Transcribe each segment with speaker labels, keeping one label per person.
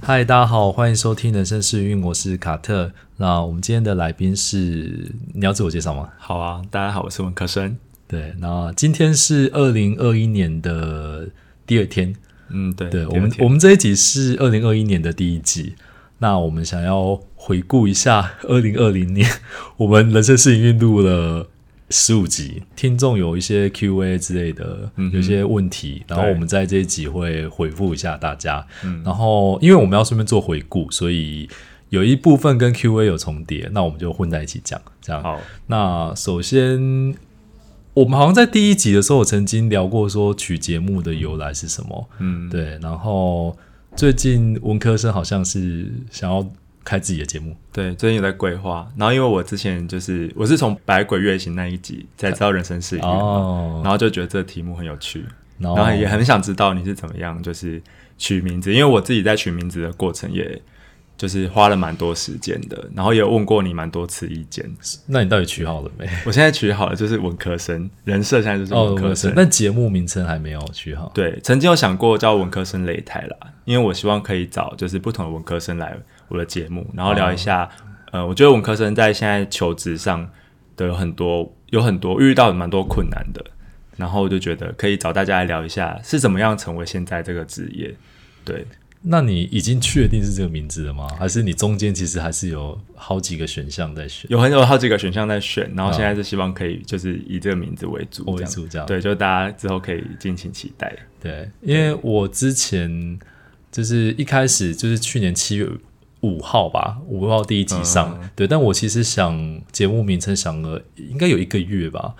Speaker 1: 嗨，大家好，欢迎收听《人生试运》，我是卡特。那我们今天的来宾是，你要自我介绍吗？
Speaker 2: 好啊，大家好，我是文科生。
Speaker 1: 对，那今天是二零二一年的第二天，
Speaker 2: 嗯，对，
Speaker 1: 对
Speaker 2: 第
Speaker 1: 我
Speaker 2: 二
Speaker 1: 们
Speaker 2: 天
Speaker 1: 我们这一集是二零二一年的第一集。那我们想要回顾一下二零二零年， 我们《人生试运》录了。十五集，听众有一些 Q&A 之类的，
Speaker 2: 嗯哼
Speaker 1: 有一些问题，然后
Speaker 2: 对
Speaker 1: 我们在这一集会回复一下大家。
Speaker 2: 嗯
Speaker 1: 然后因为我们要顺便做回顾，所以有一部分跟 Q&A 有重叠，那我们就混在一起讲。这样，
Speaker 2: 好，
Speaker 1: 那首先，我们好像在第一集的时候，曾经聊过说取节目的由来是什么。
Speaker 2: 嗯，
Speaker 1: 对，然后最近文科生好像是想要开自己的节目，
Speaker 2: 对，最近有在规划。然后因为我之前就是我是从《百鬼月行》那一集才知道人生是一
Speaker 1: 哦
Speaker 2: 然后就觉得这个题目很有趣，
Speaker 1: 然
Speaker 2: 然后也很想知道你是怎么样就是取名字，因为我自己在取名字的过程也。就是花了蛮多时间的，然后也问过你蛮多次意见。
Speaker 1: 那你到底取好了没？
Speaker 2: 我现在取好了，就是文科生，人设现在就是
Speaker 1: 哦，
Speaker 2: 文
Speaker 1: 文
Speaker 2: 科
Speaker 1: 科
Speaker 2: 生
Speaker 1: 生，。但节目名称还没有取好。
Speaker 2: 对，曾经有想过叫文科生擂台啦，因为我希望可以找就是不同的文科生来我的节目，然后聊一下。
Speaker 1: 哦
Speaker 2: 呃，我觉得文科生在现在求职上的很多有很多遇到蛮多困难的，然后我就觉得可以找大家来聊一下是怎么样成为现在这个职业。对，
Speaker 1: 那你已经确定是这个名字了吗？还是你中间其实还是有好几个选项在选？
Speaker 2: 有很有好几个选项在选，然后现在是希望可以就是以这个名字为主，
Speaker 1: 哦为
Speaker 2: 这样
Speaker 1: 主这样
Speaker 2: 对，就大家之后可以敬请期待。
Speaker 1: 对，因为我之前就是一开始就是去年七月五号吧，五号第一集上，
Speaker 2: 嗯
Speaker 1: 对，但我其实想节目名称想了应该有一个月吧，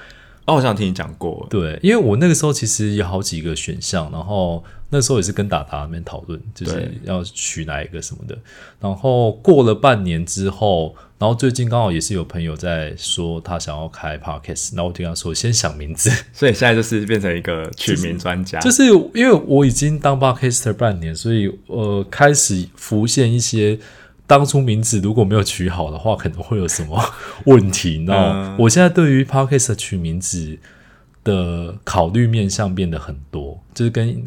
Speaker 2: 哦，我想听你讲过，
Speaker 1: 对，因为我那个时候其实有好几个选项，然后那时候也是跟达达那边讨论，就是
Speaker 2: 对
Speaker 1: 要取哪一个什么的。然后过了半年之后，然后最近刚好也是有朋友在说他想要开 podcast，然后我就跟他说先想名字，
Speaker 2: 所以现在就是变成一个取名专家，
Speaker 1: 就是因为我已经当 podcaster 半年，所以呃开始浮现一些当初名字如果没有取好的话，可能会有什么问题。那、
Speaker 2: 嗯
Speaker 1: 我现在对于 podcaster 取名字的考虑面向变得很多，就是跟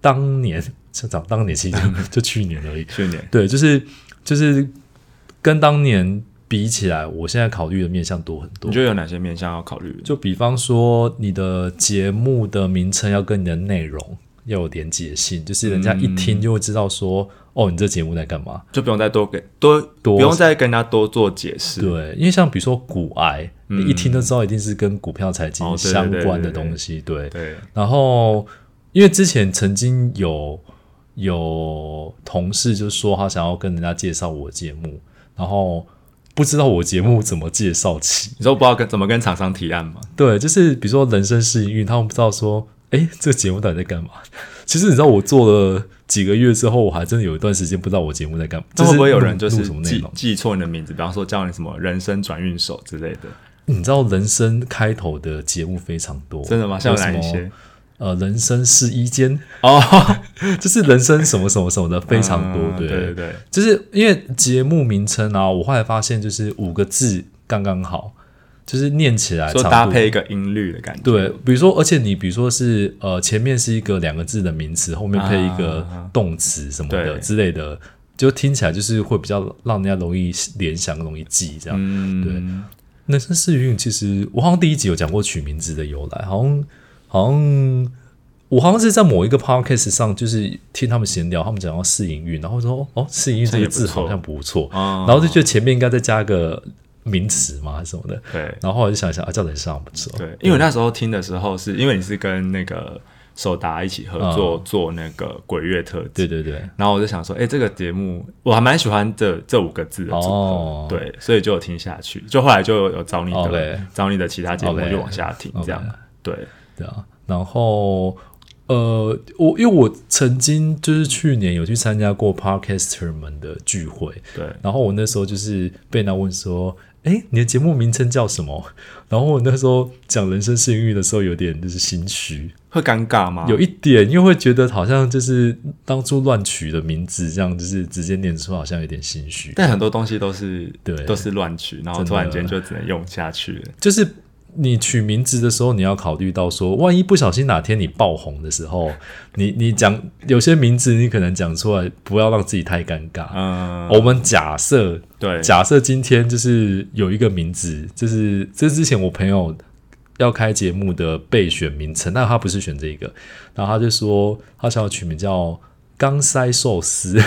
Speaker 1: 当年社长当年其实就就去年而已，
Speaker 2: 去年
Speaker 1: 对，就是就是跟当年比起来，我现在考虑的面向多很多
Speaker 2: 你。觉得有哪些面向要考虑？
Speaker 1: 就比方说，你的节目的名称要跟你的内容要有连结性，就是人家一听就会知道说，哦，你这节目在干嘛？
Speaker 2: 就不用再多给多
Speaker 1: 多
Speaker 2: 不用再跟他多做解释。
Speaker 1: 对，嗯因为像比如说股癌，你一听就知道一定是跟股票、财经
Speaker 2: 哦对对
Speaker 1: 相关的
Speaker 2: 对对对
Speaker 1: 东西。哦对，
Speaker 2: 对，
Speaker 1: 然后因为之前曾经有有同事就说他想要跟人家介绍我节目，然后不知道我节目怎么介绍起，
Speaker 2: 你说不知道跟怎么跟厂商提案吗？
Speaker 1: 对，就是比如说人生是营运，他们不知道说，哎，这个节目到底在干嘛？ 其实你知道，我做了几个月之后，我还真的有一段时间不知道我节目在干嘛。就
Speaker 2: 那
Speaker 1: 是
Speaker 2: 会不会有
Speaker 1: 录
Speaker 2: 人就
Speaker 1: 录
Speaker 2: 是
Speaker 1: 什么内
Speaker 2: 记
Speaker 1: 容？
Speaker 2: 记错你的名字，比方说叫你什么人生转运手之类的？
Speaker 1: 你知道，人生开头的节目非常多，
Speaker 2: 真的吗？像
Speaker 1: 有
Speaker 2: 有哪
Speaker 1: 什
Speaker 2: 一
Speaker 1: 么
Speaker 2: 些？
Speaker 1: 呃，人生试衣间，
Speaker 2: 哦，
Speaker 1: 就是人生什么什么什么的，非常多。
Speaker 2: 嗯对对
Speaker 1: 对，
Speaker 2: 对，
Speaker 1: 就是因为节目名称啊，我后来发现就是五个字刚刚好，就是念起来
Speaker 2: 说
Speaker 1: 长
Speaker 2: 搭
Speaker 1: 度
Speaker 2: 配一个音律的感觉。
Speaker 1: 对，比如说，而且你比如说是呃，前面是一个两个字的名词，后面配一个动词什么的
Speaker 2: 对
Speaker 1: 之类的，就听起来就是会比较让人家容易联想、容易记这样。
Speaker 2: 嗯，
Speaker 1: 那生世运其实我好像第一集有讲过取名字的由来，好像好像我好像是在某一个 podcast 上，就是听他们闲聊，他们讲到试营运，然后说哦，试营运这个字好像不错，啊
Speaker 2: 哦
Speaker 1: 然后就觉得前面应该再加个名词嘛还是什么的，
Speaker 2: 对
Speaker 1: 然后后来就想一想啊，叫人上不错，
Speaker 2: 对，因为我那时候听的时候，是因为你是跟那个手达一起合作做那个鬼月特辑
Speaker 1: 嗯对，对对。
Speaker 2: 然后我就想说，哎、这个节目我还蛮喜欢这这五个字的组合，
Speaker 1: 哦
Speaker 2: 对，所以就有听下去，就后来就有找你的
Speaker 1: OK
Speaker 2: 找你的其他节目
Speaker 1: OK
Speaker 2: 就往下听这样
Speaker 1: OK
Speaker 2: 对，
Speaker 1: 对啊，然后呃，我因为我曾经就是去年有去参加过 podcaster 们的聚会，
Speaker 2: 对，
Speaker 1: 然后我那时候就是被人家问说。哎，你的节目名称叫什么？然后我那时候讲人生幸运的时候，有点就是心虚，
Speaker 2: 会尴尬吗？
Speaker 1: 有一点，因为会觉得好像就是当初乱取的名字，这样就是直接念出，好像有点心虚。
Speaker 2: 但很多东西都是
Speaker 1: 对
Speaker 2: 都是乱取，然
Speaker 1: 真
Speaker 2: 后
Speaker 1: 的
Speaker 2: 突然间就只能用下去了。
Speaker 1: 就是你取名字的时候，你要考虑到说，万一不小心哪天你爆红的时候， 你你讲有些名字，你可能讲出来，不要让自己太尴尬。
Speaker 2: 嗯，
Speaker 1: 我们假设，
Speaker 2: 对，
Speaker 1: 假设今天就是有一个名字，就是这之前我朋友要开节目的备选名称，但他不是选这一个，然后他就说他想要取名叫“钢塞寿司”，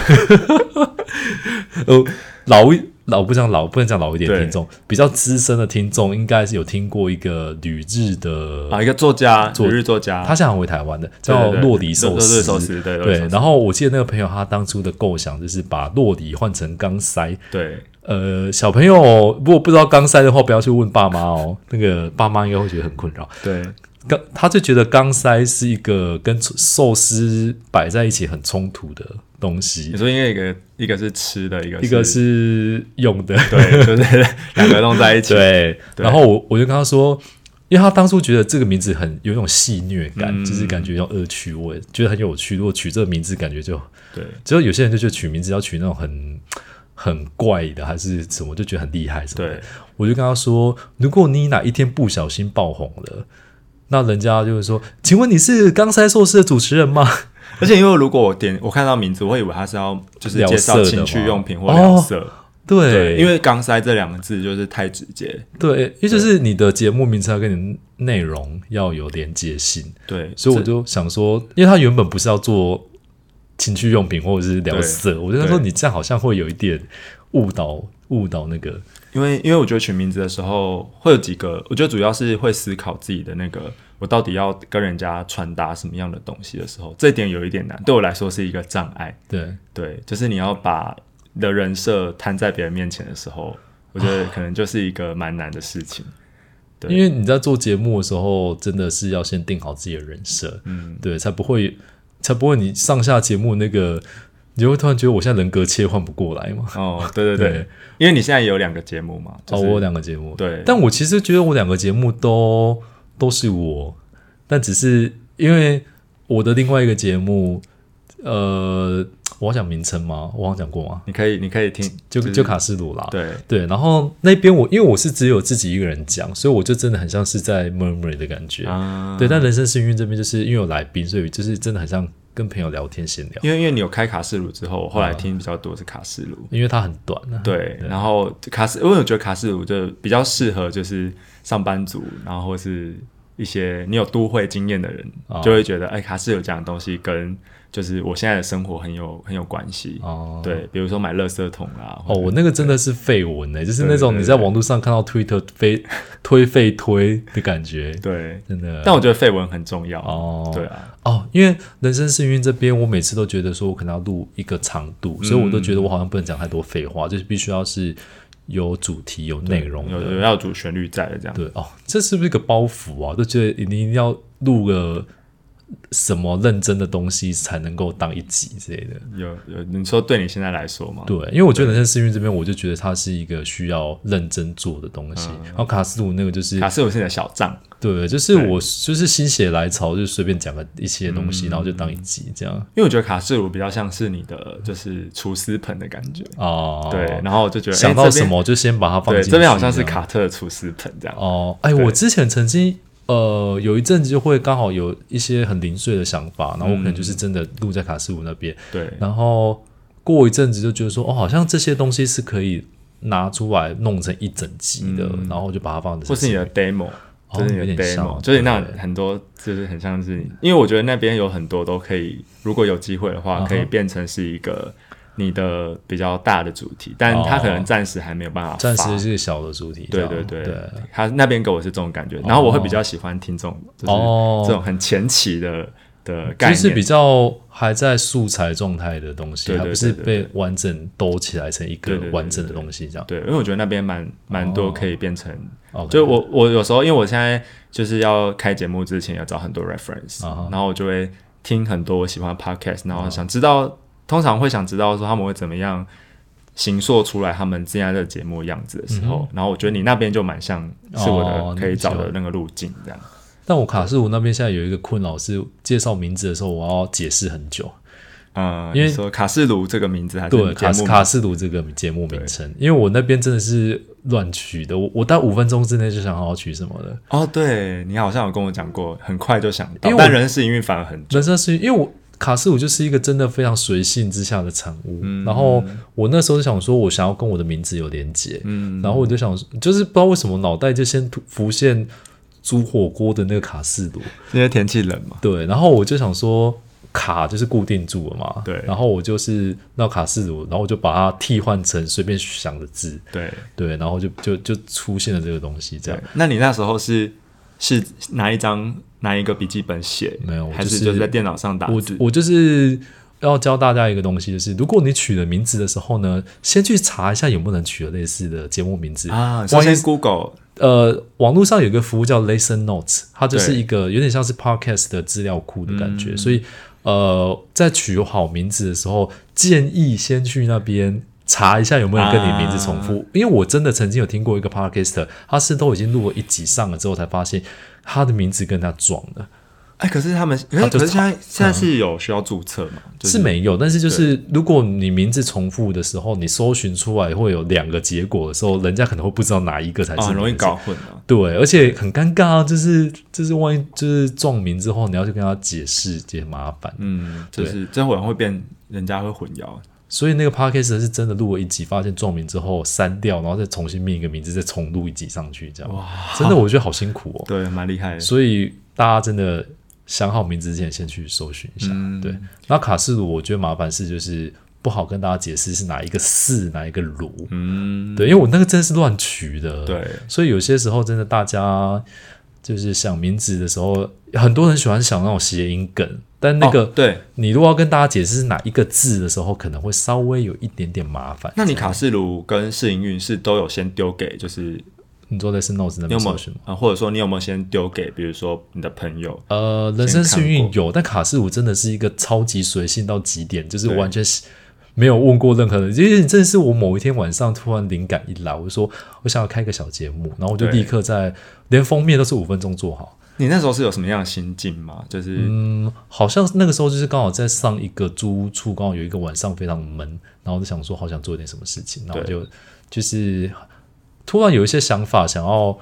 Speaker 1: 呃，老一老不讲老，不能讲老一点
Speaker 2: 对
Speaker 1: 听众，比较资深的听众应该是有听过一个旅日的，
Speaker 2: 啊，一个作家，
Speaker 1: 作
Speaker 2: 旅日作家，
Speaker 1: 他现在很回台湾的，
Speaker 2: 对
Speaker 1: 叫
Speaker 2: 对对
Speaker 1: 洛迪寿
Speaker 2: 洛洛
Speaker 1: 司。
Speaker 2: 迪寿司，对洛迪
Speaker 1: 对
Speaker 2: 寿，司
Speaker 1: 然后我记得那个朋友，他当初的构想就是把洛迪换成钢塞，
Speaker 2: 对，
Speaker 1: 呃，小朋友如果不知道钢塞的话，不要去问爸妈哦，那个爸妈应该会觉得很困扰。
Speaker 2: 对，
Speaker 1: 刚他就觉得钢塞是一个跟寿司摆在一起很冲突的东
Speaker 2: 你
Speaker 1: 西，
Speaker 2: 说因为一个一个是吃的，一个
Speaker 1: 一个是用的，
Speaker 2: 对，就是 两个弄在一起，
Speaker 1: 对。
Speaker 2: 对
Speaker 1: 然后我我就跟他说，因为他当初觉得这个名字很有一种戏谑感，
Speaker 2: 嗯
Speaker 1: 就是感觉有恶趣味，觉得很有趣。如果取这个名字，感觉就
Speaker 2: 对
Speaker 1: 只有有些人就觉得取名字要取那种很很怪的，还是什么，就觉得很厉害什么的。
Speaker 2: 对
Speaker 1: 我就跟他说，如果你哪一天不小心爆红了，那人家就会说，请问你是刚才寿司的主持人吗？
Speaker 2: 而且因为如果我点我看到名字，我会以为他是要就是
Speaker 1: 聊
Speaker 2: 介
Speaker 1: 色
Speaker 2: 绍
Speaker 1: 的
Speaker 2: 情
Speaker 1: 吗
Speaker 2: 趣用品或
Speaker 1: 哦
Speaker 2: 聊色，
Speaker 1: 对，
Speaker 2: 对，因
Speaker 1: 为
Speaker 2: 为“钢塞”这两个字就是太直接，
Speaker 1: 对，因为就是你的节目名称要跟你的内容要有连接性，
Speaker 2: 对，
Speaker 1: 所以我
Speaker 2: 这
Speaker 1: 就想说，因为他原本不是要做情趣用品或者是聊
Speaker 2: 对
Speaker 1: 色，我就跟他说
Speaker 2: 对
Speaker 1: 你这样好像会有一点误导误导那个，
Speaker 2: 因为因为我觉得取名字的时候会有几个，我觉得主要是会思考自己的那个我到底要跟人家传达什么样的东西的时候，这一点有一点难，对我来说是一个障碍。
Speaker 1: 对
Speaker 2: 对，就是你要把你的人设摊在别人面前的时候，我觉得可能就是一个蛮难的事情。对
Speaker 1: 因为你在做节目的时候，真的是要先定好自己的人设，
Speaker 2: 嗯，
Speaker 1: 对，才不会才不会你上下节目那个，你就会突然觉得我现在人格切换不过来嘛。
Speaker 2: 哦，对对对，
Speaker 1: 对
Speaker 2: 因为你现在也有两个节目嘛，就是、
Speaker 1: 哦，我有两个节目，
Speaker 2: 对，
Speaker 1: 但我其实觉得我两个节目都都是我，但只是因为我的另外一个节目，呃，我好讲名称吗？我好像讲过吗？
Speaker 2: 你可以你可以听，
Speaker 1: 就是就卡斯鲁啦，
Speaker 2: 对
Speaker 1: 对，然后那边我因为我是只有自己一个人讲，所以我就真的很像是在 murmur 的感觉，
Speaker 2: 啊，
Speaker 1: 对，但人生幸运这边就是因为有来宾，所以就是真的很像跟朋友聊天闲聊，
Speaker 2: 因为因为你有开卡式炉之后，我后来听比较多是卡式炉。
Speaker 1: 因为它很短啊。
Speaker 2: 对，然后卡斯，因为我觉得卡斯鲁就比较适合就是上班族，然后或是一些你有都会经验的人，
Speaker 1: 哦
Speaker 2: 就会觉得哎，卡斯鲁讲的东西跟就是我现在的生活很有很有关系。
Speaker 1: 哦，
Speaker 2: 对，比如说买垃圾桶啊啦，
Speaker 1: 哦，我那个真的是绯闻呢，就是
Speaker 2: 对
Speaker 1: 那种
Speaker 2: 对
Speaker 1: 你
Speaker 2: 对
Speaker 1: 在网络上看到 Twitter 推推废推的感觉，
Speaker 2: 对，
Speaker 1: 真的。
Speaker 2: 但我觉得绯闻很重要。
Speaker 1: 哦，
Speaker 2: 对啊，
Speaker 1: 哦，因为人生幸运这边，我每次都觉得说我可能要录一个长度，所以我都觉得我好像不能讲太多废话，就是必须要是有主题、有内容
Speaker 2: 有
Speaker 1: 的。
Speaker 2: 有要有主旋律在的这样。
Speaker 1: 哦对哦，这是不是一个包袱啊？都觉得你一定要录个什么认真的东西才能够当一集之类的。
Speaker 2: 有有，你说对你现在来说吗？
Speaker 1: 对，因为我觉得人生幸运这边，我就觉得它是一个需要认真做的东西。然后卡斯鲁那个就是
Speaker 2: 嗯卡斯鲁是你的小账，
Speaker 1: 对，就是我就是心血来潮，就随便讲个一些东
Speaker 2: 嗯
Speaker 1: 西，然后就当一集这样
Speaker 2: 因为我觉得卡斯鲁比较像是你的就是厨师盆的感觉。
Speaker 1: 哦。
Speaker 2: 对，然后我就觉得哎
Speaker 1: 想到
Speaker 2: 这边
Speaker 1: 什么就先把它放
Speaker 2: 对，
Speaker 1: 进去。
Speaker 2: 这边好像是
Speaker 1: 这样
Speaker 2: 卡特的厨师盆这样。
Speaker 1: 哦。哎，
Speaker 2: 对
Speaker 1: 我之前曾经呃有一阵子就会刚好有一些很零碎的想法，然后我可能就是
Speaker 2: 嗯
Speaker 1: 真的录在卡斯伍那边，
Speaker 2: 对，
Speaker 1: 然后过一阵子就觉得说，哦，好像这些东西是可以拿出来弄成一整集的，然后就把它放在。
Speaker 2: 嗯或是你的 demo，
Speaker 1: 哦
Speaker 2: 就是你
Speaker 1: 有
Speaker 2: 的
Speaker 1: 点像
Speaker 2: demo，就是那
Speaker 1: 对
Speaker 2: 很多就是很像是你，因为我觉得那边有很多都可以，如果有机会的
Speaker 1: 嗯
Speaker 2: 话，
Speaker 1: 哼
Speaker 2: 可以变成是一个你的比较大的主题，但它可能暂时还没有办法
Speaker 1: 哦暂时
Speaker 2: 发。
Speaker 1: 是个小的主题，
Speaker 2: 对
Speaker 1: 这
Speaker 2: 对
Speaker 1: 样
Speaker 2: 对
Speaker 1: 对，，
Speaker 2: 他那边给我是这种感觉，然后我会比较喜欢听这种，就是
Speaker 1: 哦
Speaker 2: 这种很前期的的概
Speaker 1: 就是比
Speaker 2: 念。
Speaker 1: 较还在素材状态的东西，
Speaker 2: 对对
Speaker 1: 还不是
Speaker 2: 对对
Speaker 1: 被完整兜起来成一个
Speaker 2: 对对对对
Speaker 1: 完整的东西这样。
Speaker 2: 对，因为我觉得那边蛮蛮多可以变成
Speaker 1: 哦，
Speaker 2: 就我我有时候因为我现在就是要开节目之前要找很多 reference，、
Speaker 1: 啊哈啊
Speaker 2: 然后我就会听很多我喜欢的 podcast，然后想知道、通常会想知道说他们会怎么样形塑出来他们现在的节目样子的时候，然后我觉得你那边就蛮像是我
Speaker 1: 嗯哦
Speaker 2: 的可以找
Speaker 1: 你
Speaker 2: 的那个路径这样。
Speaker 1: 但我卡斯伍那边现在有一个困扰是，介绍名字的时候我要解释很久，
Speaker 2: 嗯，
Speaker 1: 因为
Speaker 2: 你说卡式炉这个名字还是
Speaker 1: 对
Speaker 2: 节
Speaker 1: 卡斯
Speaker 2: 目
Speaker 1: 卡
Speaker 2: 名
Speaker 1: 斯鲁这个节目名称，因为我那边真的是乱取的，我我大概五分钟之内就想好好取什么了。
Speaker 2: 哦，对你好像有跟我讲过，很快就想
Speaker 1: 因
Speaker 2: 到
Speaker 1: 为，我
Speaker 2: 但人事营运反而很
Speaker 1: 人生是因为我卡斯鲁就是一个真的非常随性之下的产物，
Speaker 2: 嗯
Speaker 1: 然后我那时候就想说，我想要跟我的名字有连接，
Speaker 2: 嗯，
Speaker 1: 然后我就想，就是不知道为什么脑袋就先突浮现煮火锅的那个卡式炉，
Speaker 2: 因为天气冷嘛，
Speaker 1: 对，然后我就想说。卡就是固定住了嘛，
Speaker 2: 对
Speaker 1: 然后我就是那卡式炉，然后我就把它替换成随便想的字，
Speaker 2: 对
Speaker 1: 对，然后就就就出现了这个东西，这
Speaker 2: 对
Speaker 1: 样。
Speaker 2: 那你那时候是是拿一张拿一个笔记本写，
Speaker 1: 没有我
Speaker 2: 还
Speaker 1: 就是
Speaker 2: 是就是在电脑上打
Speaker 1: 我
Speaker 2: 字？
Speaker 1: 我就是要教大家一个东西，就是如果你取了名字的时候呢，先去查一下有没有人取了类似的节目名字
Speaker 2: 啊，首
Speaker 1: 万一
Speaker 2: 先 Google
Speaker 1: 呃，网络上有一个服务叫 Listen Notes，它就是
Speaker 2: 对嗯
Speaker 1: 一个有点像是 Podcast 的资料库的感觉，所以呃，在取好名字的时候，建议先去那边。查一下有没有人跟你名字重复，
Speaker 2: 啊
Speaker 1: 因为我真的曾经有听过一个 podcast，他是都已经录了一集上了之后，才发现他的名字跟他撞了，
Speaker 2: 哎，可是他们，可是
Speaker 1: 啊就
Speaker 2: 可是现在
Speaker 1: 查
Speaker 2: 现在是有需要注册嘛？就是
Speaker 1: 没有，但是就是如果你名字重复的时候，你搜寻出来会有两个结果的时候，人家可能会不知道哪一个才是、
Speaker 2: 啊，很容易搞。混啊。
Speaker 1: 对，而且很尴尬啊，就是就是万一就是撞名之后，你要去跟他解释，也麻烦。
Speaker 2: 嗯，就
Speaker 1: 对
Speaker 2: 是这会会变，人家会混淆。
Speaker 1: 所以那个 podcast 是真的录了一集，发现撞名之后删掉，然后再重新命一个名字，再重录一集上去，这样。
Speaker 2: 哇，
Speaker 1: 真的，我觉得好辛苦哦。
Speaker 2: 对，蛮厉害的。
Speaker 1: 所以大家真的想好名字之前，先去搜寻一下。
Speaker 2: 嗯
Speaker 1: 对，然后卡式炉，我觉得麻烦是就是不好跟大家解释是哪一个四哪一个炉。
Speaker 2: 嗯，
Speaker 1: 对，因为我那个真的是乱取的。，
Speaker 2: 对，
Speaker 1: 所以有些时候真的大家就是想名字的时候，很多人喜欢想那种谐音梗，但那个、
Speaker 2: 哦对，
Speaker 1: 你如果要跟大家解释是哪一个字的时候，可能会稍微有一点点麻烦。
Speaker 2: 那你卡式炉跟试营运是都有先丢给，就是
Speaker 1: 你坐在 s Notes 那
Speaker 2: 你有
Speaker 1: 边
Speaker 2: 没有
Speaker 1: 搜寻吗？
Speaker 2: 啊，或者说你有没有先丢给，比如说你的朋友？
Speaker 1: 呃，人生幸
Speaker 2: 先
Speaker 1: 运
Speaker 2: 看
Speaker 1: 有，但卡式舞真的是一个超级随性到极点，就是
Speaker 2: 对
Speaker 1: 完全是没有问过任何人。其实真的是我某一天晚上突然灵感一来，我就说我想要开一个小节目，然后我就
Speaker 2: 对
Speaker 1: 立刻在连封面都是五分钟做好。
Speaker 2: 你那时候是有什么样的心境吗？就是、
Speaker 1: 嗯，好像那个时候就是刚好在上一个租屋处，刚好有一个晚上非常闷，然后我就想说好想做点什么事情，然后我就就是突然有一些想法想要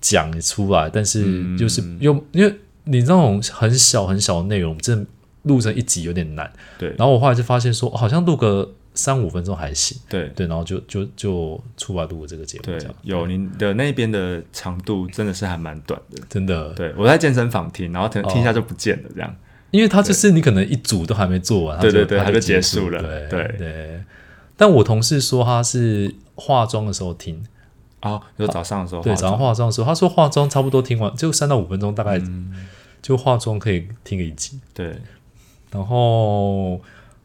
Speaker 1: 讲出来，但是就是又、因为你那种很小很小的内容，真的录成一集有点难。
Speaker 2: 对
Speaker 1: 然后我后来就发现说，哦好像录个三五分钟还行，
Speaker 2: 对
Speaker 1: 对，然后就就就出来录了这个节目，
Speaker 2: 对
Speaker 1: 这样，
Speaker 2: 有你的那边的长度真的是还蛮短的。
Speaker 1: 真的，
Speaker 2: 对我在健身房听，然后听
Speaker 1: 哦
Speaker 2: 听一下就不见了，这样。
Speaker 1: 因为它就是你可能一组都还没做完，它就
Speaker 2: 对对对
Speaker 1: 它
Speaker 2: 它
Speaker 1: 就
Speaker 2: 就
Speaker 1: 结
Speaker 2: 结束了
Speaker 1: 对
Speaker 2: 对
Speaker 1: 对。但我同事说他是化妆的时候听，
Speaker 2: 哦，就早上的时候化
Speaker 1: 对，
Speaker 2: 妆，
Speaker 1: 早上化妆的时候，他说化妆差不多听完就三到五分钟，大概
Speaker 2: 嗯
Speaker 1: 就化妆可以听个一集。
Speaker 2: 对，
Speaker 1: 然后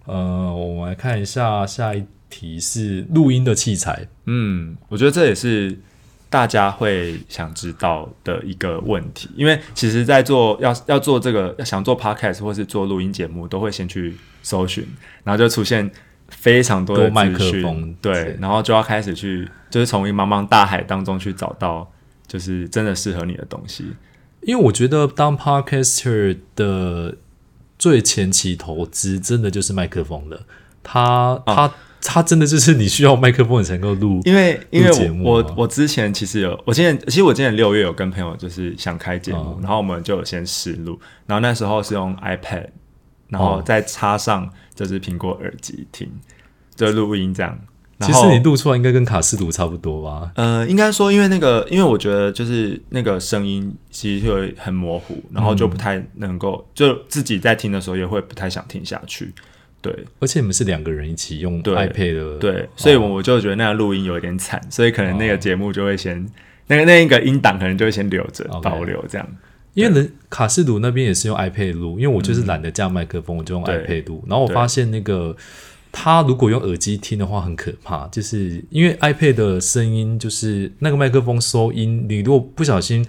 Speaker 1: 呃，我们来看一下下一题是录音的器材，
Speaker 2: 嗯，我觉得这也是大家会想知道的一个问题，因为其实，在做要要做这个要想做 podcast 或是做录音节目，都会先去搜寻，然后就出现非常多的
Speaker 1: 多麦克
Speaker 2: 资讯
Speaker 1: 风
Speaker 2: 对
Speaker 1: 对，
Speaker 2: 然后就要开始去，就是从一茫茫大海当中去找到，就是真的适合你的东西。
Speaker 1: 因为我觉得当 podcaster 的最前期投资真的就是麦克风了，它它、
Speaker 2: 啊
Speaker 1: 它真的就是你需要麦克风你才能够录。
Speaker 2: 因为因为
Speaker 1: 录节目
Speaker 2: 我
Speaker 1: 吗
Speaker 2: 我我之前其实有，我今天其实我今年六月有跟朋友就是想开节目，
Speaker 1: 嗯
Speaker 2: 然后我们就有先试录，然后那时候是用 iPad，然后
Speaker 1: 哦
Speaker 2: 再插上就是苹果耳机听，就录音这样。然
Speaker 1: 其
Speaker 2: 后
Speaker 1: 实你录出来应该跟卡式炉差不多吧？
Speaker 2: 呃，应该说，因为那个，因为我觉得就是那个声音其实会很模糊，然
Speaker 1: 嗯
Speaker 2: 后就不太能够，就自己在听的时候也会不太想听下去。对
Speaker 1: 而且你们是两个人一起用
Speaker 2: 对
Speaker 1: iPad 的，
Speaker 2: 对，所以
Speaker 1: 哦
Speaker 2: 我我就觉得那个录音有一点惨，所以可能那个节目就会先，那个那一个音档可能就会先留着
Speaker 1: OK
Speaker 2: 保留这样。
Speaker 1: 因为人卡式炉那边也是用 iPad 录，因为我就是懒得架麦克风，我就用
Speaker 2: 对
Speaker 1: iPad 录。然后我发现那个他如果用耳机听的话很可怕，就是因为 iPad 的声音就是那个麦克风收音，你如果不小心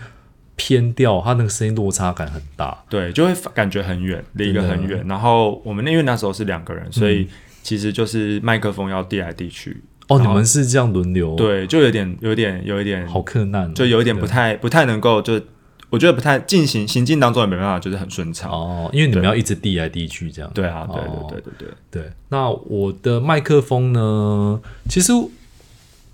Speaker 1: 偏掉，它那个声音落差感很大。
Speaker 2: 对，就会感觉很远，离一个
Speaker 1: 真的嗯
Speaker 2: 很远。然后我们那因为那时候是两个人，所以其实就是麦克风要递来递去，
Speaker 1: 哦，
Speaker 2: 然
Speaker 1: 你
Speaker 2: 后
Speaker 1: 们是这样轮流，，
Speaker 2: 对，就有点有点有一点
Speaker 1: 哦好困难哦、
Speaker 2: 就有一点不
Speaker 1: 对
Speaker 2: 太不太能够就我觉得不太进行行进当中也没办法，就是很顺畅。
Speaker 1: 哦，因为你们要一直递来递去这样。
Speaker 2: 对啊，对
Speaker 1: 哦
Speaker 2: 对对对对，
Speaker 1: 对，那我的麦克风呢？其实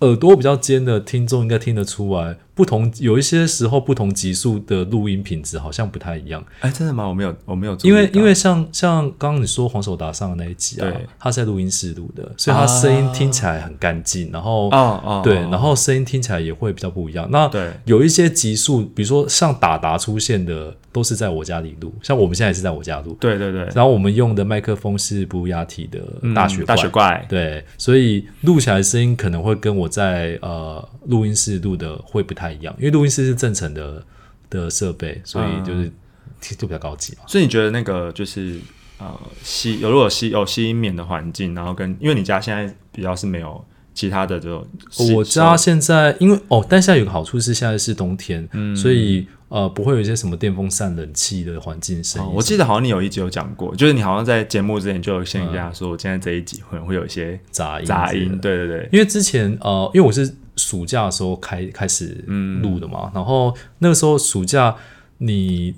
Speaker 1: 耳朵比较尖的听众应该听得出来，不同有一些时候不同级数的录音品质好像不太一样。
Speaker 2: 哎，真的吗？我没有，我没有注意
Speaker 1: 因
Speaker 2: 到，
Speaker 1: 为因为像像刚刚你说黄守达上的那一集啊
Speaker 2: 对，
Speaker 1: 他是在录音室录的，所以他声音听起来很干净，然后
Speaker 2: 哦哦，
Speaker 1: 对，
Speaker 2: 哦
Speaker 1: 然后声音听起来也会比较不一样。那
Speaker 2: 对
Speaker 1: 有一些集数，比如说像达达出现的，都是在我家里录，像我们现在也是在我家录，
Speaker 2: 对对对，
Speaker 1: 然后我们用的麦克风是布鲁亚提的
Speaker 2: 嗯
Speaker 1: 大雪怪
Speaker 2: 大雪怪，
Speaker 1: 对，所以录起来的声音可能会跟我在呃录音室录的会不太一样，因为录音室是正常的的设备，所
Speaker 2: 嗯
Speaker 1: 以就是、就比较高级嘛。
Speaker 2: 所以你觉得那个就是呃吸有如果吸有吸音棉的环境，然后跟因为你家现在比较是没有其他的这种吸，
Speaker 1: 我家现在因为哦，但现在有个好处是现在是冬天，
Speaker 2: 嗯
Speaker 1: 所以呃不会有一些什么电风扇、冷气的环境声
Speaker 2: 哦
Speaker 1: 音。
Speaker 2: 我记得好像你有一集有讲过，就是你好像在节目之前就有先跟大家说，我今天这一集可能会有一些
Speaker 1: 杂音
Speaker 2: 杂
Speaker 1: 之类的
Speaker 2: 音，对对对，
Speaker 1: 因为之前呃，因为我是暑假的时候开开始录的嘛，然后那个时候暑假你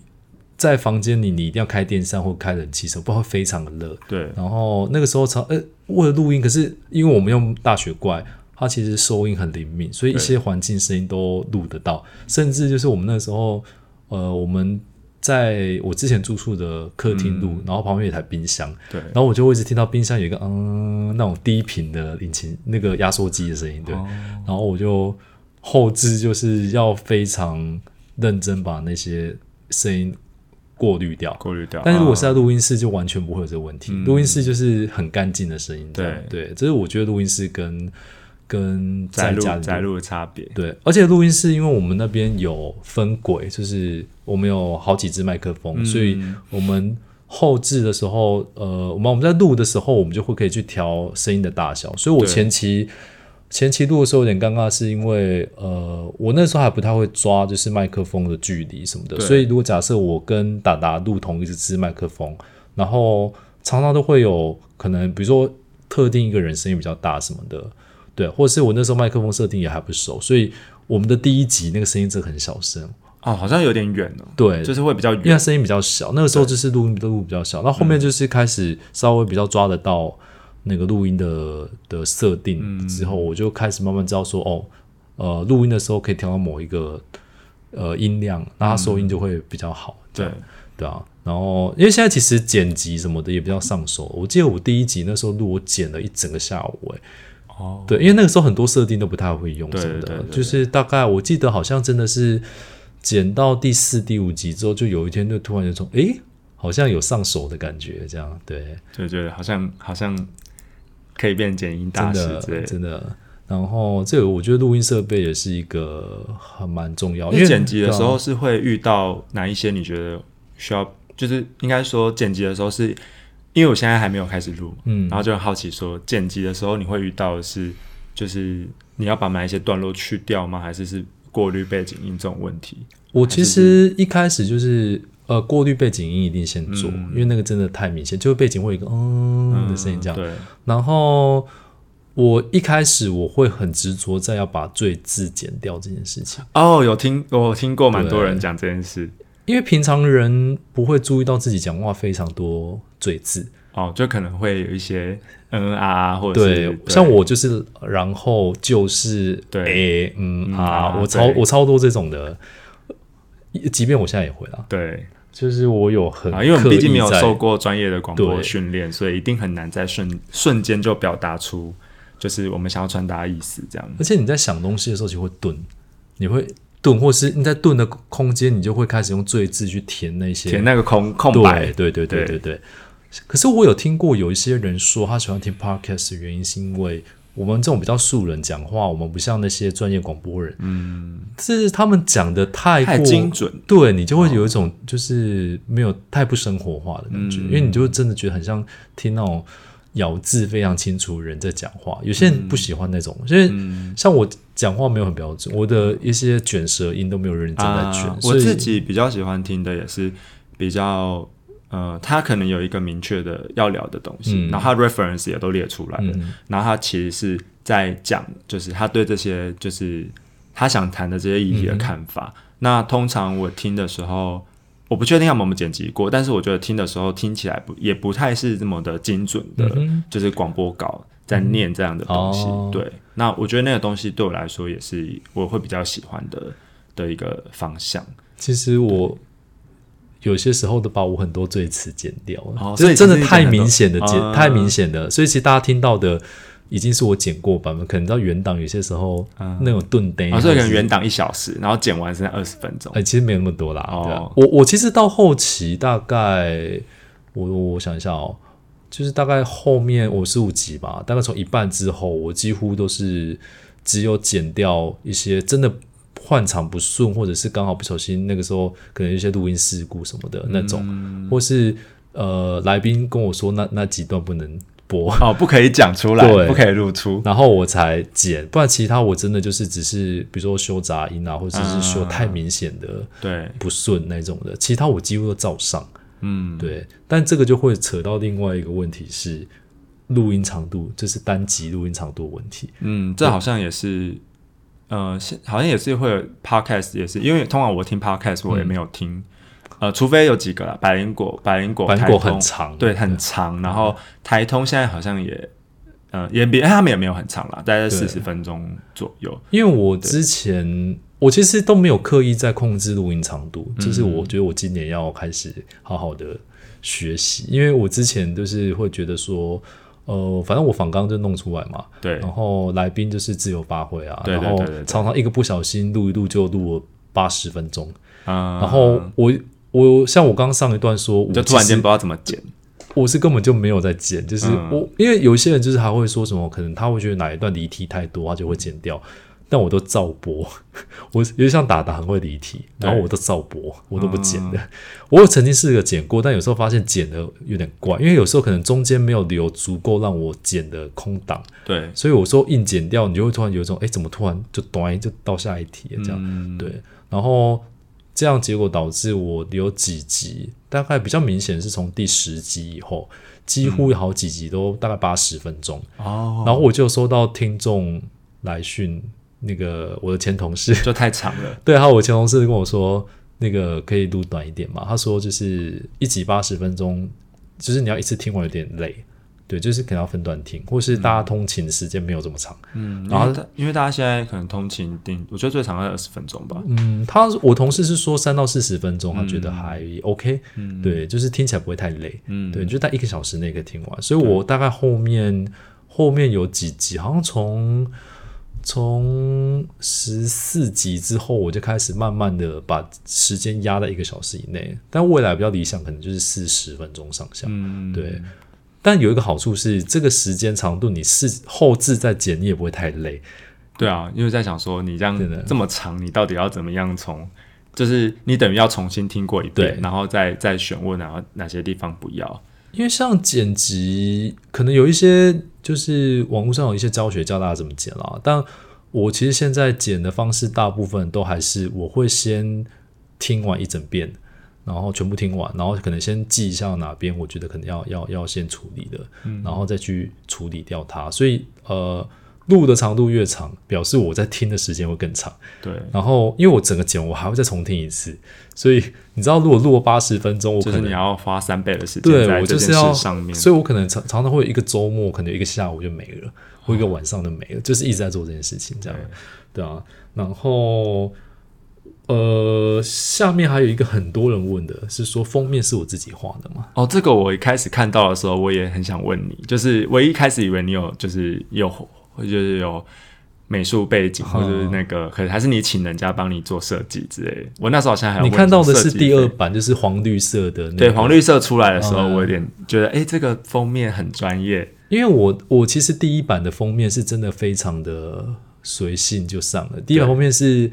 Speaker 1: 在房间里，你一定要开电扇或开冷气什么，不然会非常的热。
Speaker 2: 对，
Speaker 1: 然后那个时候常呃为了录音，可是因为我们用大雪怪，它其实收音很灵敏，所以一
Speaker 2: 对
Speaker 1: 些环境声音都录得到，甚至就是我们那时候呃我们。在我之前住宿的客厅录，然后旁边有一台冰箱，
Speaker 2: 对
Speaker 1: 然后我就会一直听到冰箱有一个嗯那种低频的引擎那个压缩机的声音，对，然后我就后置就是要非常认真把那些声音过滤掉，
Speaker 2: 过滤掉。
Speaker 1: 但是如果是
Speaker 2: 啊
Speaker 1: 在录音室，就完全不会有这个问题。录、音室就是很干净的声音这样，嗯对，这是我觉得录音室跟跟
Speaker 2: 摘
Speaker 1: 在家
Speaker 2: 录
Speaker 1: 里
Speaker 2: 摘
Speaker 1: 录
Speaker 2: 录的差别，
Speaker 1: 对，而且录音室因为我们那边有分轨，就是我们有好几支麦克风，所以我们后置的时候，呃，我们我们在录的时候，我们就会可以去调声音的大小。所以我
Speaker 2: 对
Speaker 1: 前期前期录的时候有点尴尬，是因为呃，我那时候还不太会抓就是麦克风的距离什么的，
Speaker 2: 对
Speaker 1: 所以如果假设我跟达达录同一支麦克风，然后常常都会有可能，比如说特定一个人声音比较大什么的，对，或是我那时候麦克风设定也还不熟，所以我们的第一集那个声音真的很小声，
Speaker 2: 哦，好像有点远哦，
Speaker 1: 对，
Speaker 2: 就是会比较
Speaker 1: 因为它
Speaker 2: 远，
Speaker 1: 声音比较小，那个时候就是录音的录比较小，那后面就是开始稍微比较抓得到那个录音的的设定之后，我就开始慢慢知道说，哦，呃，录音的时候可以调到某一个呃音量，那它收音就会比较好，这
Speaker 2: 对
Speaker 1: 样，对啊。然后，因为现在其实剪辑什么的也比较上手，我记得我第一集那时候录，我剪了一整个下午、欸，
Speaker 2: 哦，
Speaker 1: 对，因为那个时候很多设定都不太会用
Speaker 2: 对
Speaker 1: 什么的，
Speaker 2: 对对对
Speaker 1: 就是大概我记得好像真的是剪到第四、第五集之后，就有一天就突然就从诶，好像有上手的感觉，这样对，
Speaker 2: 就觉得好像好像可以变剪音
Speaker 1: 真
Speaker 2: 大师之类
Speaker 1: 的
Speaker 2: 的。
Speaker 1: 真的。然后这个我觉得录音设备也是一个很蛮重要，因
Speaker 2: 因为
Speaker 1: 为
Speaker 2: 剪辑的时
Speaker 1: 对啊
Speaker 2: 候是会遇到哪一些你觉得需要，就是应该说剪辑的时候是，因为我现在还没有开始录，
Speaker 1: 嗯
Speaker 2: 然后就很好奇说剪辑的时候你会遇到的是，就是你要把哪一些段落去掉吗？还是是过滤背景音这种问题？
Speaker 1: 我其实一开始就是呃过滤背景音一定先做，
Speaker 2: 嗯
Speaker 1: 因为那个真的太明显，就是背景会有一个嗯的声音这样。
Speaker 2: 对，
Speaker 1: 然后我一开始我会很执着在要把最字剪掉这件事情，
Speaker 2: 哦，有听我听过蛮多人讲这件事，
Speaker 1: 因为平常人不会注意到自己讲话非常多最字。
Speaker 2: 哦，就可能会有一些嗯啊，或者是
Speaker 1: 对，像我就是，然后就是，
Speaker 2: 对
Speaker 1: 诶嗯
Speaker 2: 嗯
Speaker 1: 啊
Speaker 2: 啊，
Speaker 1: 我超
Speaker 2: 对
Speaker 1: 我超多这种的，即便我现在也会啦，
Speaker 2: 对
Speaker 1: 就是我有很
Speaker 2: 啊，因为我们
Speaker 1: 刻
Speaker 2: 毕竟
Speaker 1: 意
Speaker 2: 没有
Speaker 1: 在
Speaker 2: 受过专业的广播
Speaker 1: 对
Speaker 2: 训练，所以一定很难在瞬瞬间就表达出就是我们想要传达的意思这样。
Speaker 1: 而且你在想东西的时候，就会顿，你会顿，或是你在顿的空间，你就会开始用最字去填那些
Speaker 2: 填那个空空白
Speaker 1: 对，对对对
Speaker 2: 对
Speaker 1: 对对。可是我有听过有一些人说，他喜欢听 podcast 的原因是因为我们这种比较素人讲话，我们不像那些专业广播人，嗯，是他们讲的太过
Speaker 2: 太精准，
Speaker 1: 对你就会有一种就是没有太不生活化的感觉，
Speaker 2: 嗯
Speaker 1: 因为你就真的觉得很像听那种咬字非常清楚的人在讲话。有些
Speaker 2: 嗯
Speaker 1: 人不喜欢那种，因为像我讲话没有很标准，我的一些卷舌音都没有认真在卷，
Speaker 2: 啊。
Speaker 1: 所
Speaker 2: 我
Speaker 1: 以
Speaker 2: 自己比较喜欢听的也是比较呃，他可能有一个明确的要聊的东西，
Speaker 1: 嗯
Speaker 2: 然后他 reference 也都列出来了，
Speaker 1: 嗯
Speaker 2: 然后他其实是
Speaker 1: 嗯
Speaker 2: 在讲，就是他对这些就是他想谈的这些议题的看法。那通常我听的时候，我不确定有没有剪辑过，但是我觉得听的时候听起来不也不太是这么的精准的，
Speaker 1: 嗯
Speaker 2: 就是广播稿在念这样的东西。
Speaker 1: 哦
Speaker 2: 对，那我觉得那个东西对我来说也是我会比较喜欢的的一个方向。
Speaker 1: 其实我有些时候都把我很多罪词剪掉了，
Speaker 2: 哦
Speaker 1: 就
Speaker 2: 所以
Speaker 1: 真的
Speaker 2: 其实
Speaker 1: 太
Speaker 2: 你剪很多
Speaker 1: 明显的剪，
Speaker 2: 啊
Speaker 1: 太明显的，所以其实大家听到的已经是我剪过版本，可能到原档有些时候、那种顿呆、
Speaker 2: 啊，所以可能
Speaker 1: 或是
Speaker 2: 原档一小时，然后剪完剩下二十分钟
Speaker 1: 哎、。其实没有那么多啦。
Speaker 2: 哦
Speaker 1: 对啊我我其实到后期大概，我我想一下哦，就是大概后面我十五集吧，大概从一半之后，我几乎都是只有剪掉一些真的换场不顺，或者是刚好不小心那个时候可能有一些录音事故什么的那种，或是呃来宾跟我说那那几段不能播，
Speaker 2: 哦，不可以讲出来
Speaker 1: 对，
Speaker 2: 不可以露出。
Speaker 1: 然后我才剪，不然其他我真的就是只是比如说修杂音啊，或者是修太明显的。
Speaker 2: 对，
Speaker 1: 不顺那种的，其他我几乎都照上。
Speaker 2: 嗯，
Speaker 1: 对，但这个就会扯到另外一个问题是录音长度，就是单集录音长度的问题。
Speaker 2: 嗯，这好像也是，呃，现好像也是会有呃 podcast，也是因为通常我听 podcast，我也没有听，呃，除非有几个啦，百灵果、百灵果、
Speaker 1: 百灵
Speaker 2: 台
Speaker 1: 果
Speaker 2: 通
Speaker 1: 很长
Speaker 2: 哦对，很嗯长。然后台通现在好像也，呃，也比、哎他们也没有很长啦，大概
Speaker 1: 对
Speaker 2: 四十分钟左右。
Speaker 1: 因为我之前我其实都没有刻意在控制录音长度，
Speaker 2: 嗯
Speaker 1: 就是我觉得我今年要开始好好的学习，因为我之前就是会觉得说，呃，反正我仿纲就弄出来嘛，
Speaker 2: 对
Speaker 1: 然，后来宾就是自由发挥啊，
Speaker 2: 对对
Speaker 1: 然后
Speaker 2: 对对对
Speaker 1: 常常一个不小心录一录就录了八十分钟，
Speaker 2: 嗯，
Speaker 1: 然后我我像我刚上一段说，我
Speaker 2: 就突然间
Speaker 1: 其
Speaker 2: 不知道怎么剪，
Speaker 1: 实我是根本就没有在剪，就是
Speaker 2: 嗯
Speaker 1: 我、因为有一些人就是还会说什么，可能他会觉得哪一段离题太多，他就会剪掉。但我都照播， 我因为像打打很会离题，
Speaker 2: 对嗯
Speaker 1: 然后我都照播，我都不剪的。 我有曾经试着剪过，但有时候发现剪的有点怪，因为有时候可能中间没有留足够让我剪的空档，
Speaker 2: 对，
Speaker 1: 所以我说硬剪掉，你就会突然有一种，哎，怎么突然就短就到下一题了这样？
Speaker 2: 嗯，
Speaker 1: 对，然后这样结果导致我有几集，大概比较明显是从第十集以后，几乎有好几集都大概八十分钟，
Speaker 2: 哦，
Speaker 1: 然后我就收到听众来讯，那个我的前同事，
Speaker 2: 就太长了，
Speaker 1: 对，还有我前同事跟我说，那个可以录短一点嘛，他说就是一集八十分钟，就是你要一次听完有点累。对，就是可能要分段听，或是大家通勤时间没有这么长。
Speaker 2: 嗯，
Speaker 1: 然后
Speaker 2: 然后因为大家现在可能通勤定，我觉得最长要二十分钟吧，
Speaker 1: 嗯，他我同事是说三到四十分钟，他觉得还 OK，、
Speaker 2: 嗯，
Speaker 1: 对，就是听起来不会太累，
Speaker 2: 嗯，
Speaker 1: 对，你就在一个小时内可以听完。所以我大概后面后面有几集，好像从从十四集之后，我就开始慢慢的把时间压在一个小时以内。但未来比较理想，可能就是四十分钟上下。
Speaker 2: 嗯，
Speaker 1: 对，但有一个好处是，这个时间长度你是后置再剪，你也不会太累。
Speaker 2: 对啊，因为在想说你这
Speaker 1: 真的
Speaker 2: 样这么长，你到底要怎么样从，就是你等于要重新听过一遍
Speaker 1: 对，
Speaker 2: 然后再再选问，然后哪些地方不要，
Speaker 1: 因为像剪辑，可能有一些就是网络上有一些教学教大家怎么剪啦，但我其实现在剪的方式大部分都还是我会先听完一整遍，然后全部听完，然后可能先记一下哪边我觉得可能要要要先处理的，然后再去处理掉它。所以呃，录的长度越长，表示我在听的时间会更长。
Speaker 2: 对，
Speaker 1: 然后因为我整个剪我还会再重听一次，所以你知道如果录了八十分钟，我
Speaker 2: 就
Speaker 1: 可
Speaker 2: 是
Speaker 1: 能
Speaker 2: 你要花三倍的时间
Speaker 1: 对
Speaker 2: 在
Speaker 1: 我就
Speaker 2: 这件
Speaker 1: 是要
Speaker 2: 事上面，
Speaker 1: 所以我可能常常常会有一个周末，可能有一个下午就没了，或一个晚上就没了，就是一直在做这件事情，这样
Speaker 2: 对
Speaker 1: 对啊。然后呃，下面还有一个很多人问的是说封面是我自己画的吗？
Speaker 2: 哦，这个我一开始看到的时候，我也很想问你，就是我一开始以为你有就是有就是有美术背景，或者是那个，
Speaker 1: 哦
Speaker 2: 可是还是你请人家帮你做设计之类的。我那时候好像还有
Speaker 1: 你
Speaker 2: 问
Speaker 1: 看到的
Speaker 2: 什么
Speaker 1: 是
Speaker 2: 设计
Speaker 1: 第二
Speaker 2: 费。
Speaker 1: 版，就是黄绿色的那个
Speaker 2: 对黄绿色出来的时候，
Speaker 1: 嗯
Speaker 2: 我有点觉得，哎、这个封面很专业，
Speaker 1: 因为我我其实第一版的封面是真的非常的随性就上了，第一版封面是。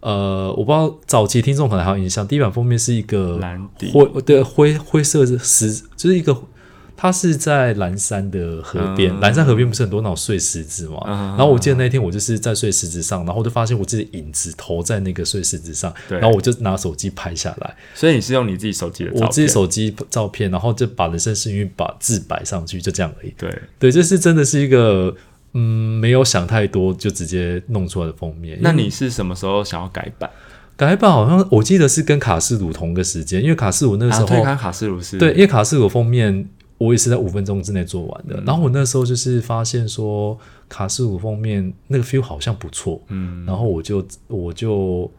Speaker 1: 呃，我不知道早期听众可能还有印象，第一版封面是一个
Speaker 2: 蓝底
Speaker 1: 灰对灰灰色的石，就是一个，它是在蓝山的河边，
Speaker 2: 嗯
Speaker 1: 蓝山河边不是很多那种碎石子嘛，
Speaker 2: 嗯
Speaker 1: 然后我记得那天我就是在碎石子上，然后我就发现我自己的影子投在那个碎石子上，
Speaker 2: 对
Speaker 1: 然后我就拿手机拍下来，
Speaker 2: 所以你是用你自己手机的照片，
Speaker 1: 我自己手机照片，然后就把人生幸运把字摆上去，就这样而已。
Speaker 2: 对，
Speaker 1: 对，这是真的是一个嗯，没有想太多就直接弄出来的封面。
Speaker 2: 那
Speaker 1: 因为
Speaker 2: 你是什么时候想要改版？
Speaker 1: 改版好像我记得是跟卡斯鲁同个时间，因为卡斯鲁那个时
Speaker 2: 啊，对，
Speaker 1: 候、
Speaker 2: 看卡斯鲁斯，
Speaker 1: 对，因为卡斯鲁封面我也是在五分钟之内做完的。
Speaker 2: 嗯
Speaker 1: 然后我那时候就是发现说卡斯鲁封面那个 feel 好像不错，
Speaker 2: 嗯，
Speaker 1: 然后我就我就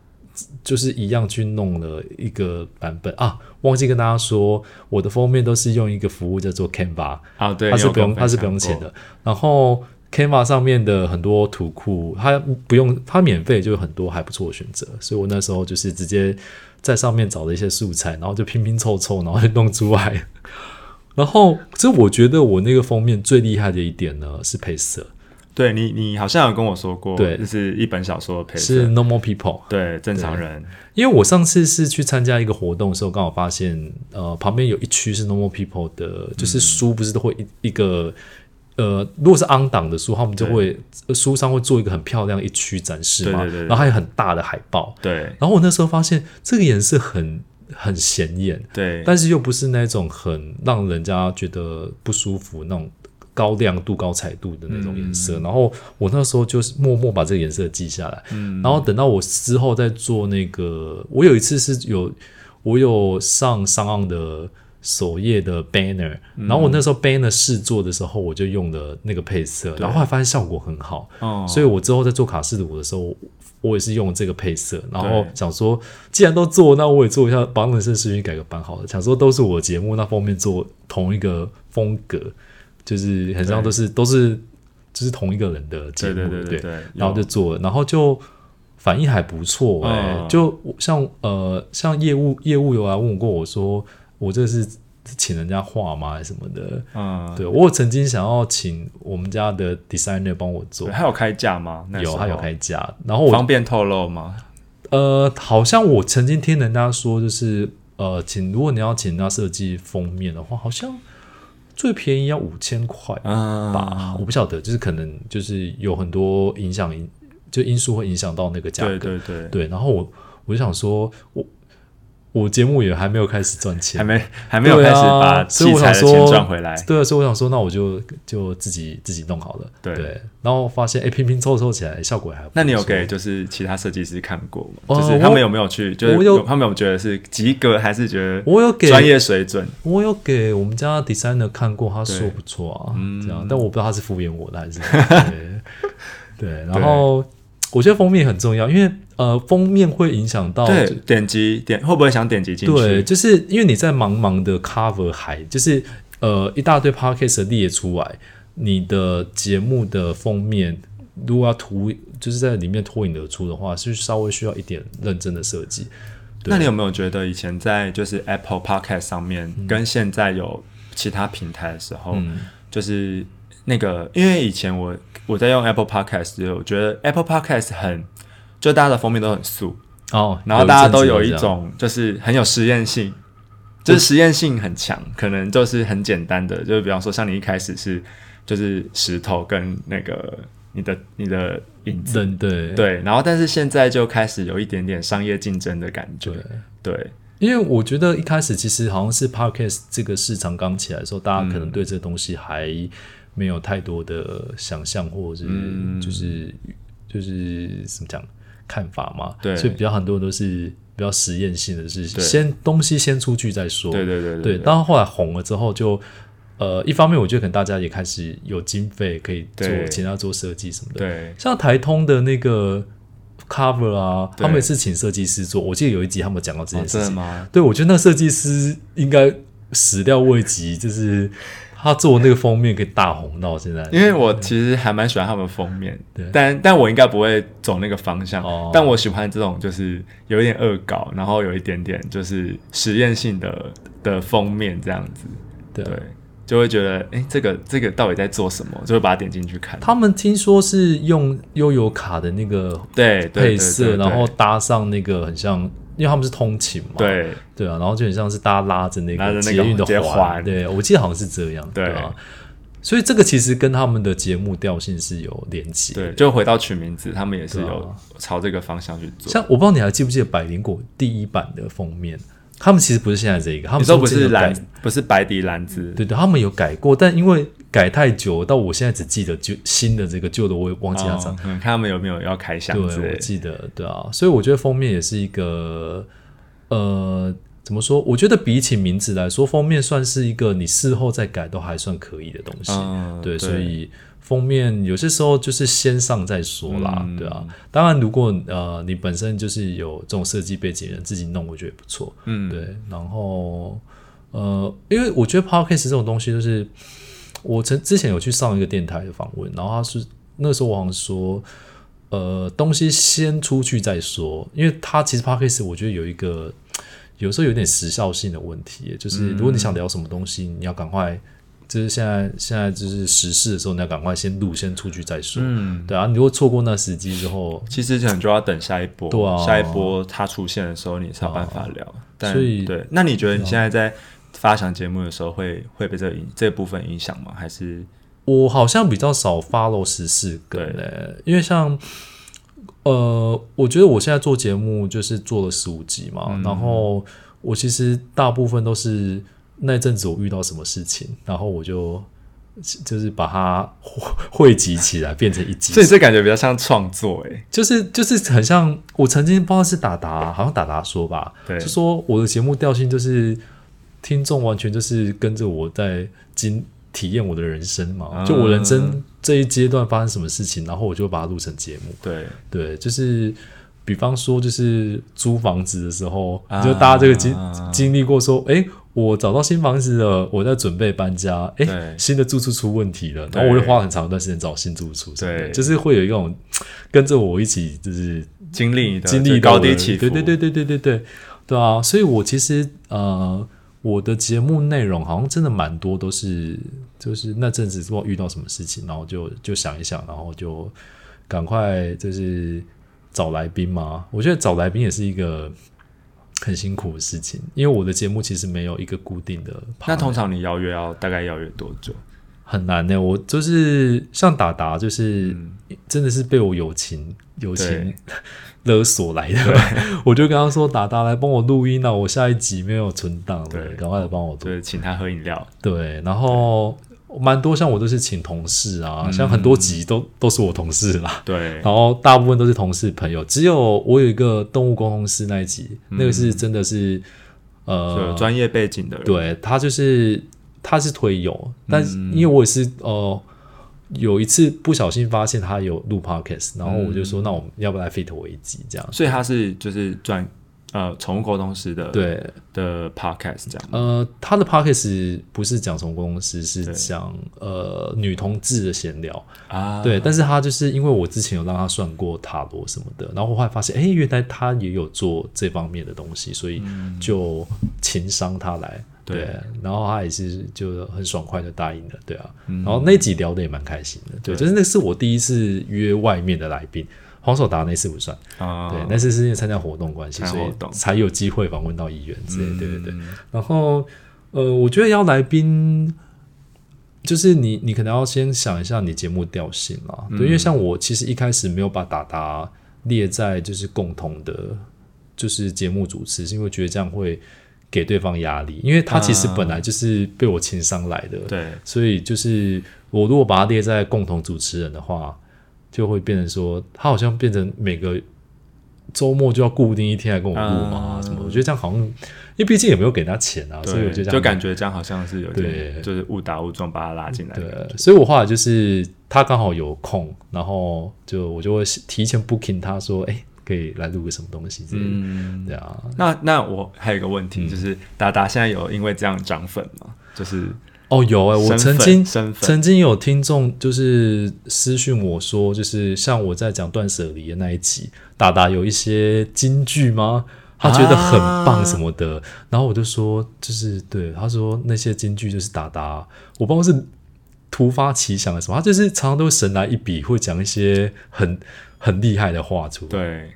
Speaker 1: 就是一样去弄了一个版本啊，忘记跟大家说，我的封面都是用一个服务叫做 Canva，
Speaker 2: 啊，对，
Speaker 1: 它
Speaker 2: 你
Speaker 1: 是
Speaker 2: 有
Speaker 1: 不
Speaker 2: 跟我
Speaker 1: 用它是
Speaker 2: 分
Speaker 1: 不用
Speaker 2: 享
Speaker 1: 钱
Speaker 2: 过
Speaker 1: 的，然后 Canva 上面的很多图库，它不用它免费就有很多还不错的选择，所以我那时候就是直接在上面找了一些素材，然后就拼拼凑凑，然后就弄出来。 然后，这我觉得我那个封面最厉害的一点呢是配色，
Speaker 2: 对你，你好像有跟我说过，
Speaker 1: 对
Speaker 2: 就是一本小说的配
Speaker 1: 是
Speaker 2: 色，
Speaker 1: Normal People。
Speaker 2: 对正常人，
Speaker 1: 因为我上次是去参加一个活动的时候，刚好发现，呃，旁边有一区是 normal people 的，
Speaker 2: 嗯
Speaker 1: 就是书不是都会一一个，呃，如果是 on 档的书，他们就会呃书上会做一个很漂亮一区展示嘛，
Speaker 2: 对对对对
Speaker 1: 然后还有很大的海报，
Speaker 2: 对
Speaker 1: 然后我那时候发现这个颜色很很显眼，
Speaker 2: 对，
Speaker 1: 但是又不是那种很让人家觉得不舒服那种高亮度、高彩度的那种颜色。然后我那时候就是默默把这个颜色记下来，
Speaker 2: 嗯
Speaker 1: 然后等到我之后再做那个，我有一次是有我有上上岸的。首页的 banner，然后
Speaker 2: 嗯
Speaker 1: 我那时候 banner 试做的时候，我就用了那个配色，然后后来发现效果很好，
Speaker 2: 哦，
Speaker 1: 所以我之后在做卡式炉的时候，我我也是用这个配色，然后
Speaker 2: 对
Speaker 1: 想说，既然都做，那我也做一下帮人生视频改个版好了。想说都是我节目那方面做同一个风格，就是很像
Speaker 2: 对
Speaker 1: 都是都是就是同一个人的节
Speaker 2: 对
Speaker 1: 目，
Speaker 2: 对对
Speaker 1: 不
Speaker 2: 对对，
Speaker 1: 然后就做了，然后就反应还不错哎、
Speaker 2: 嗯
Speaker 1: 就像呃像业务业务有来问过我说，我这是请人家画吗还是什么的？
Speaker 2: 有嗯，
Speaker 1: 对我有曾经想要请我们家的 designer 帮我做
Speaker 2: 对，，还有开价吗？那时
Speaker 1: 有，
Speaker 2: 候
Speaker 1: 它有开价。然后我
Speaker 2: 方便透露吗？
Speaker 1: 呃，好像我曾经听人家说，就是呃，请如果你要请人家设计封面的话，好像最便宜要五千块
Speaker 2: 嗯，
Speaker 1: 吧，我不晓得，就是可能就是有很多影响因，就因素会影响到那个价格。
Speaker 2: 对对对，
Speaker 1: 对然后我我就想说，我我节目也还没有开始赚钱
Speaker 2: 还，没还没有
Speaker 1: 对
Speaker 2: 开始
Speaker 1: 啊
Speaker 2: 把
Speaker 1: 所以
Speaker 2: 器
Speaker 1: 我
Speaker 2: 材
Speaker 1: 想
Speaker 2: 的钱
Speaker 1: 说
Speaker 2: 赚回来，
Speaker 1: 对啊，所以我想说，那我就就自己自己弄好了。
Speaker 2: 对
Speaker 1: 然后发现哎，拼拼凑凑起来效果还不错
Speaker 2: 那你有给就是其他设计师看过吗？
Speaker 1: 呃
Speaker 2: 就是他们
Speaker 1: 我
Speaker 2: 有没有去？就是
Speaker 1: 我有
Speaker 2: 他们有觉得是及格，还是觉得
Speaker 1: 我有给
Speaker 2: 专业水准？
Speaker 1: 我有给我们家 designer 看过，他说
Speaker 2: 对
Speaker 1: 不错啊，
Speaker 2: 嗯
Speaker 1: 这样，但我不知道他是敷衍我的 还是对对。然后我觉得封面很重要，因为呃，封面会影响到
Speaker 2: 对，点击点会不会想点击进去？
Speaker 1: 哦对，就是因为你在茫茫的 cover 海，就是呃一大堆 podcast 列出来，你的节目的封面如果要图，就是在里面脱颖而出的话，是稍微需要一点认真的设计。对
Speaker 2: 那你有没有觉得以前在就是 Apple Podcast 上面，跟现在有其他平台的时候，
Speaker 1: 嗯
Speaker 2: 就是那个，因为以前我我在用 Apple Podcast，的时候我觉得 Apple Podcast 很，就大家的封面都很素，
Speaker 1: 哦，
Speaker 2: 然后大家都有一
Speaker 1: 阵子这样
Speaker 2: 种就是很有实验性，就是实验性很强，可能就是很简单的，就是比方说像你一开始是就是石头跟那个你的你的影子，
Speaker 1: 人对
Speaker 2: 对，然后但是现在就开始有一点点商业竞争的感觉，
Speaker 1: 对。
Speaker 2: 对
Speaker 1: 因为我觉得一开始其实好像是 podcast 这个市场刚起来的时候，大家可
Speaker 2: 嗯
Speaker 1: 能对这个东西还没有太多的想象，或者是、
Speaker 2: 嗯
Speaker 1: 就是就是怎么讲看法嘛。
Speaker 2: 对
Speaker 1: 所以比较很多人都是比较实验性的，是
Speaker 2: 对
Speaker 1: 先东西先出去再说。
Speaker 2: 对对对对
Speaker 1: 对，当后来红了之后就，呃，一方面我觉得可能大家也开始有经费可以做
Speaker 2: 对
Speaker 1: 请他做设计什么的。
Speaker 2: 对
Speaker 1: 像台通的那个 cover 啊，
Speaker 2: 对
Speaker 1: 他们也是请设计师做。我记得有一集他们有讲到这
Speaker 2: 哦
Speaker 1: 件
Speaker 2: 真
Speaker 1: 事
Speaker 2: 的
Speaker 1: 情。
Speaker 2: 吗？
Speaker 1: 对，我觉得那设计师应该始料未及，就是他做那个封面可以大红到现在。
Speaker 2: 因为我其实还蛮喜欢他们封面
Speaker 1: 对，
Speaker 2: 但但我应该不会走那个方向。
Speaker 1: 哦
Speaker 2: 但我喜欢这种就是有一点恶搞，然后有一点点就是实验性的的封面这样子，
Speaker 1: 对
Speaker 2: 对，就会觉得哎、诶这个这个到底在做什么？就会把它点进去看。
Speaker 1: 他们听说是用悠游卡的那个
Speaker 2: 对对对
Speaker 1: 配色，
Speaker 2: 对对
Speaker 1: 然后搭上那个很像，因为他们是通勤嘛，
Speaker 2: 对
Speaker 1: 对啊，然后就很像是大家拉着那
Speaker 2: 拉着
Speaker 1: 个
Speaker 2: 那
Speaker 1: 捷
Speaker 2: 个
Speaker 1: 运的
Speaker 2: 捷
Speaker 1: 环，
Speaker 2: 环
Speaker 1: 对我记得好像是这样，
Speaker 2: 对
Speaker 1: 对啊。所以这个其实跟他们的节目调性是有连结的
Speaker 2: 对，就回到取名字，他们也是
Speaker 1: 对啊
Speaker 2: 有朝这个方向去做。
Speaker 1: 像我不知道你还记不记得百灵果第一版的封面，他们其实不是现在这一个，他
Speaker 2: 你
Speaker 1: 们
Speaker 2: 说不
Speaker 1: 中
Speaker 2: 是
Speaker 1: 间有改
Speaker 2: 蓝，不是白底蓝字，
Speaker 1: 对对，他们有改过，但因为改太久，到我现在只记得旧新的这个，旧的我也忘记它长。
Speaker 2: 哦嗯看他们有没有要开箱
Speaker 1: 对，
Speaker 2: 之类
Speaker 1: 我
Speaker 2: 的。
Speaker 1: 记得，对啊，所以我觉得封面也是一个，呃，怎么说？我觉得比起名字来说，封面算是一个你事后再改都还算可以的东西。
Speaker 2: 嗯
Speaker 1: 对，
Speaker 2: 对
Speaker 1: 所以封面有些时候就是先上再说啦，
Speaker 2: 嗯
Speaker 1: 对啊。当然，如果呃你本身就是有这种设计背景的人，自己弄我觉得也不错。
Speaker 2: 嗯，
Speaker 1: 对，然后呃，因为我觉得 podcast 这种东西，就是我曾之前有去上一个电台的访问，然后他是那时候我好像说，呃，东西先出去再说，因为他其实 podcast 我觉得有一个有时候有点时效性的问题，就是如果你
Speaker 2: 嗯
Speaker 1: 想聊什么东西，你要赶快。就是现在，现在就是时事的时候，你要赶快先录，先出去再说。
Speaker 2: 嗯，
Speaker 1: 对啊，你如果错过那时机之后，
Speaker 2: 其实可能就要等下一波，
Speaker 1: 对啊
Speaker 2: 下一波它出现的时候，你才有办法聊。但
Speaker 1: 所以
Speaker 2: 对，那你觉得你现在在发想节目的时候会，会被这个影这部分影响吗？还是
Speaker 1: 我好像比较少 follow 时事梗
Speaker 2: 对
Speaker 1: 诶、因为像呃，我觉得我现在做节目就是做了十五集嘛，
Speaker 2: 嗯
Speaker 1: 然后我其实大部分都是那阵子我遇到什么事情，然后我就就是把它汇汇集起来变成一集
Speaker 2: 所以这感觉比较像创作、欸？
Speaker 1: 就是就是很像我曾经不知道是达达，好像达达说吧，
Speaker 2: 对
Speaker 1: 就说我的节目调性就是听众完全就是跟着我在经体验我的人生嘛，
Speaker 2: 嗯
Speaker 1: 就我人生这一阶段发生什么事情，然后我就把它录成节目。
Speaker 2: 对，
Speaker 1: 对，就是比方说就是租房子的时候，
Speaker 2: 啊
Speaker 1: 就大家这个经
Speaker 2: 啊
Speaker 1: 经历过说，诶，我找到新房子了，我在准备搬家，诶，
Speaker 2: 对
Speaker 1: 新的住处出问题了，
Speaker 2: 对
Speaker 1: 然后我就花很长一段时间找新住处什么的，
Speaker 2: 对
Speaker 1: 就是会有一种跟着我一起就是
Speaker 2: 经历你的
Speaker 1: 经历
Speaker 2: 就高
Speaker 1: 到
Speaker 2: 低
Speaker 1: 了
Speaker 2: 起
Speaker 1: 对
Speaker 2: 伏，
Speaker 1: 对对对对对对，对啊，所以我其实呃，我的节目内容好像真的蛮多都是，就是那阵子不知道遇到什么事情，然后就就想一想，然后就赶快就是找来宾嘛。我觉得找来宾也是一个很辛苦的事情，因为我的节目其实没有一个固定的 partner。
Speaker 2: 那通常你邀约要大概邀约多久？
Speaker 1: 很难呢、我就是像达达，就是、真的是被我友情友情
Speaker 2: 嗯 对
Speaker 1: 勒索来的。 我就跟他说：“达达来帮我录音啊，我下一集没有存档了
Speaker 2: 对，
Speaker 1: 赶快来帮我录。
Speaker 2: 就是请他喝饮料，”
Speaker 1: 对，然后蛮多像我都是请同事啊，像很多集都都是我同事啦。
Speaker 2: 嗯对，
Speaker 1: 然后大部分都是同事朋友，只有我有一个动物沟通师那一集，
Speaker 2: 嗯
Speaker 1: 那个是真的是
Speaker 2: 就有
Speaker 1: 呃
Speaker 2: 专业背景的人，
Speaker 1: 对他就是他是推友，但是因为我也是呃有一次不小心发现他有录 podcast，然后我就说、那我们要不要来 fit 我一集这样？
Speaker 2: 所以他是就是专呃宠物沟通师的
Speaker 1: 对，
Speaker 2: 的 podcast 这样吗，
Speaker 1: 呃，他的 podcast 不是讲从公司，是
Speaker 2: 对
Speaker 1: 讲呃女同志的闲聊。
Speaker 2: 啊，
Speaker 1: 对，但是他就是因为我之前有让他算过塔罗什么的，然后我后来发现，哎、原来他也有做这方面的东西，所以就情商他来。
Speaker 2: 对
Speaker 1: 嗯对，然后他也是就很爽快就答应了，对啊。然后那集聊的也蛮开心的，对，
Speaker 2: 对
Speaker 1: 就是那是我第一次约外面的来宾，黄守达那次不算，
Speaker 2: 啊，
Speaker 1: 对，那次是因为参加活动关系，
Speaker 2: 参加
Speaker 1: 所以
Speaker 2: 活动
Speaker 1: 才有机会访问到议员之类的，对对对。
Speaker 2: 嗯，
Speaker 1: 然后，呃，我觉得邀来宾，就是你，你可能要先想一下你节目调性啦。
Speaker 2: 嗯
Speaker 1: 对，因为像我其实一开始没有把达达列在就是共同的，就是节目主持，是因为觉得这样会给对方压力，因为他其实
Speaker 2: 啊
Speaker 1: 本来就是被我情商来的。
Speaker 2: 对，
Speaker 1: 所以就是我如果把它列在共同主持人的话，就会变成说，他好像变成每个周末就要固定一天来跟我录嘛、
Speaker 2: 啊
Speaker 1: 什么？我觉得这样好像，因为毕竟也没有给他钱啊，所以我觉得这
Speaker 2: 对
Speaker 1: 样
Speaker 2: 就感觉这样好像是有
Speaker 1: 对
Speaker 2: 点就是误打误撞把他拉进来，
Speaker 1: 对，所以我后来就是他刚好有空，然后就我就会提前 booking 他说，哎、可以来录个什么东西之类的，
Speaker 2: 嗯，
Speaker 1: 对嗯啊。
Speaker 2: 那那我还有一个问题，就是达达现在有因为这样涨粉吗？就是
Speaker 1: 哦，有哎、我
Speaker 2: 身
Speaker 1: 曾
Speaker 2: 份
Speaker 1: 经
Speaker 2: 身份
Speaker 1: 曾经有听众就是私讯我说，就是像我在讲断舍离的那一集，达达有一些金句吗？他觉得很棒什么的，然后我就说，就是对，他说那些金句就是达达，我不知道是突发奇想的什么，他就是常常都神来一笔，会讲一些很很厉害的话出来。
Speaker 2: 对，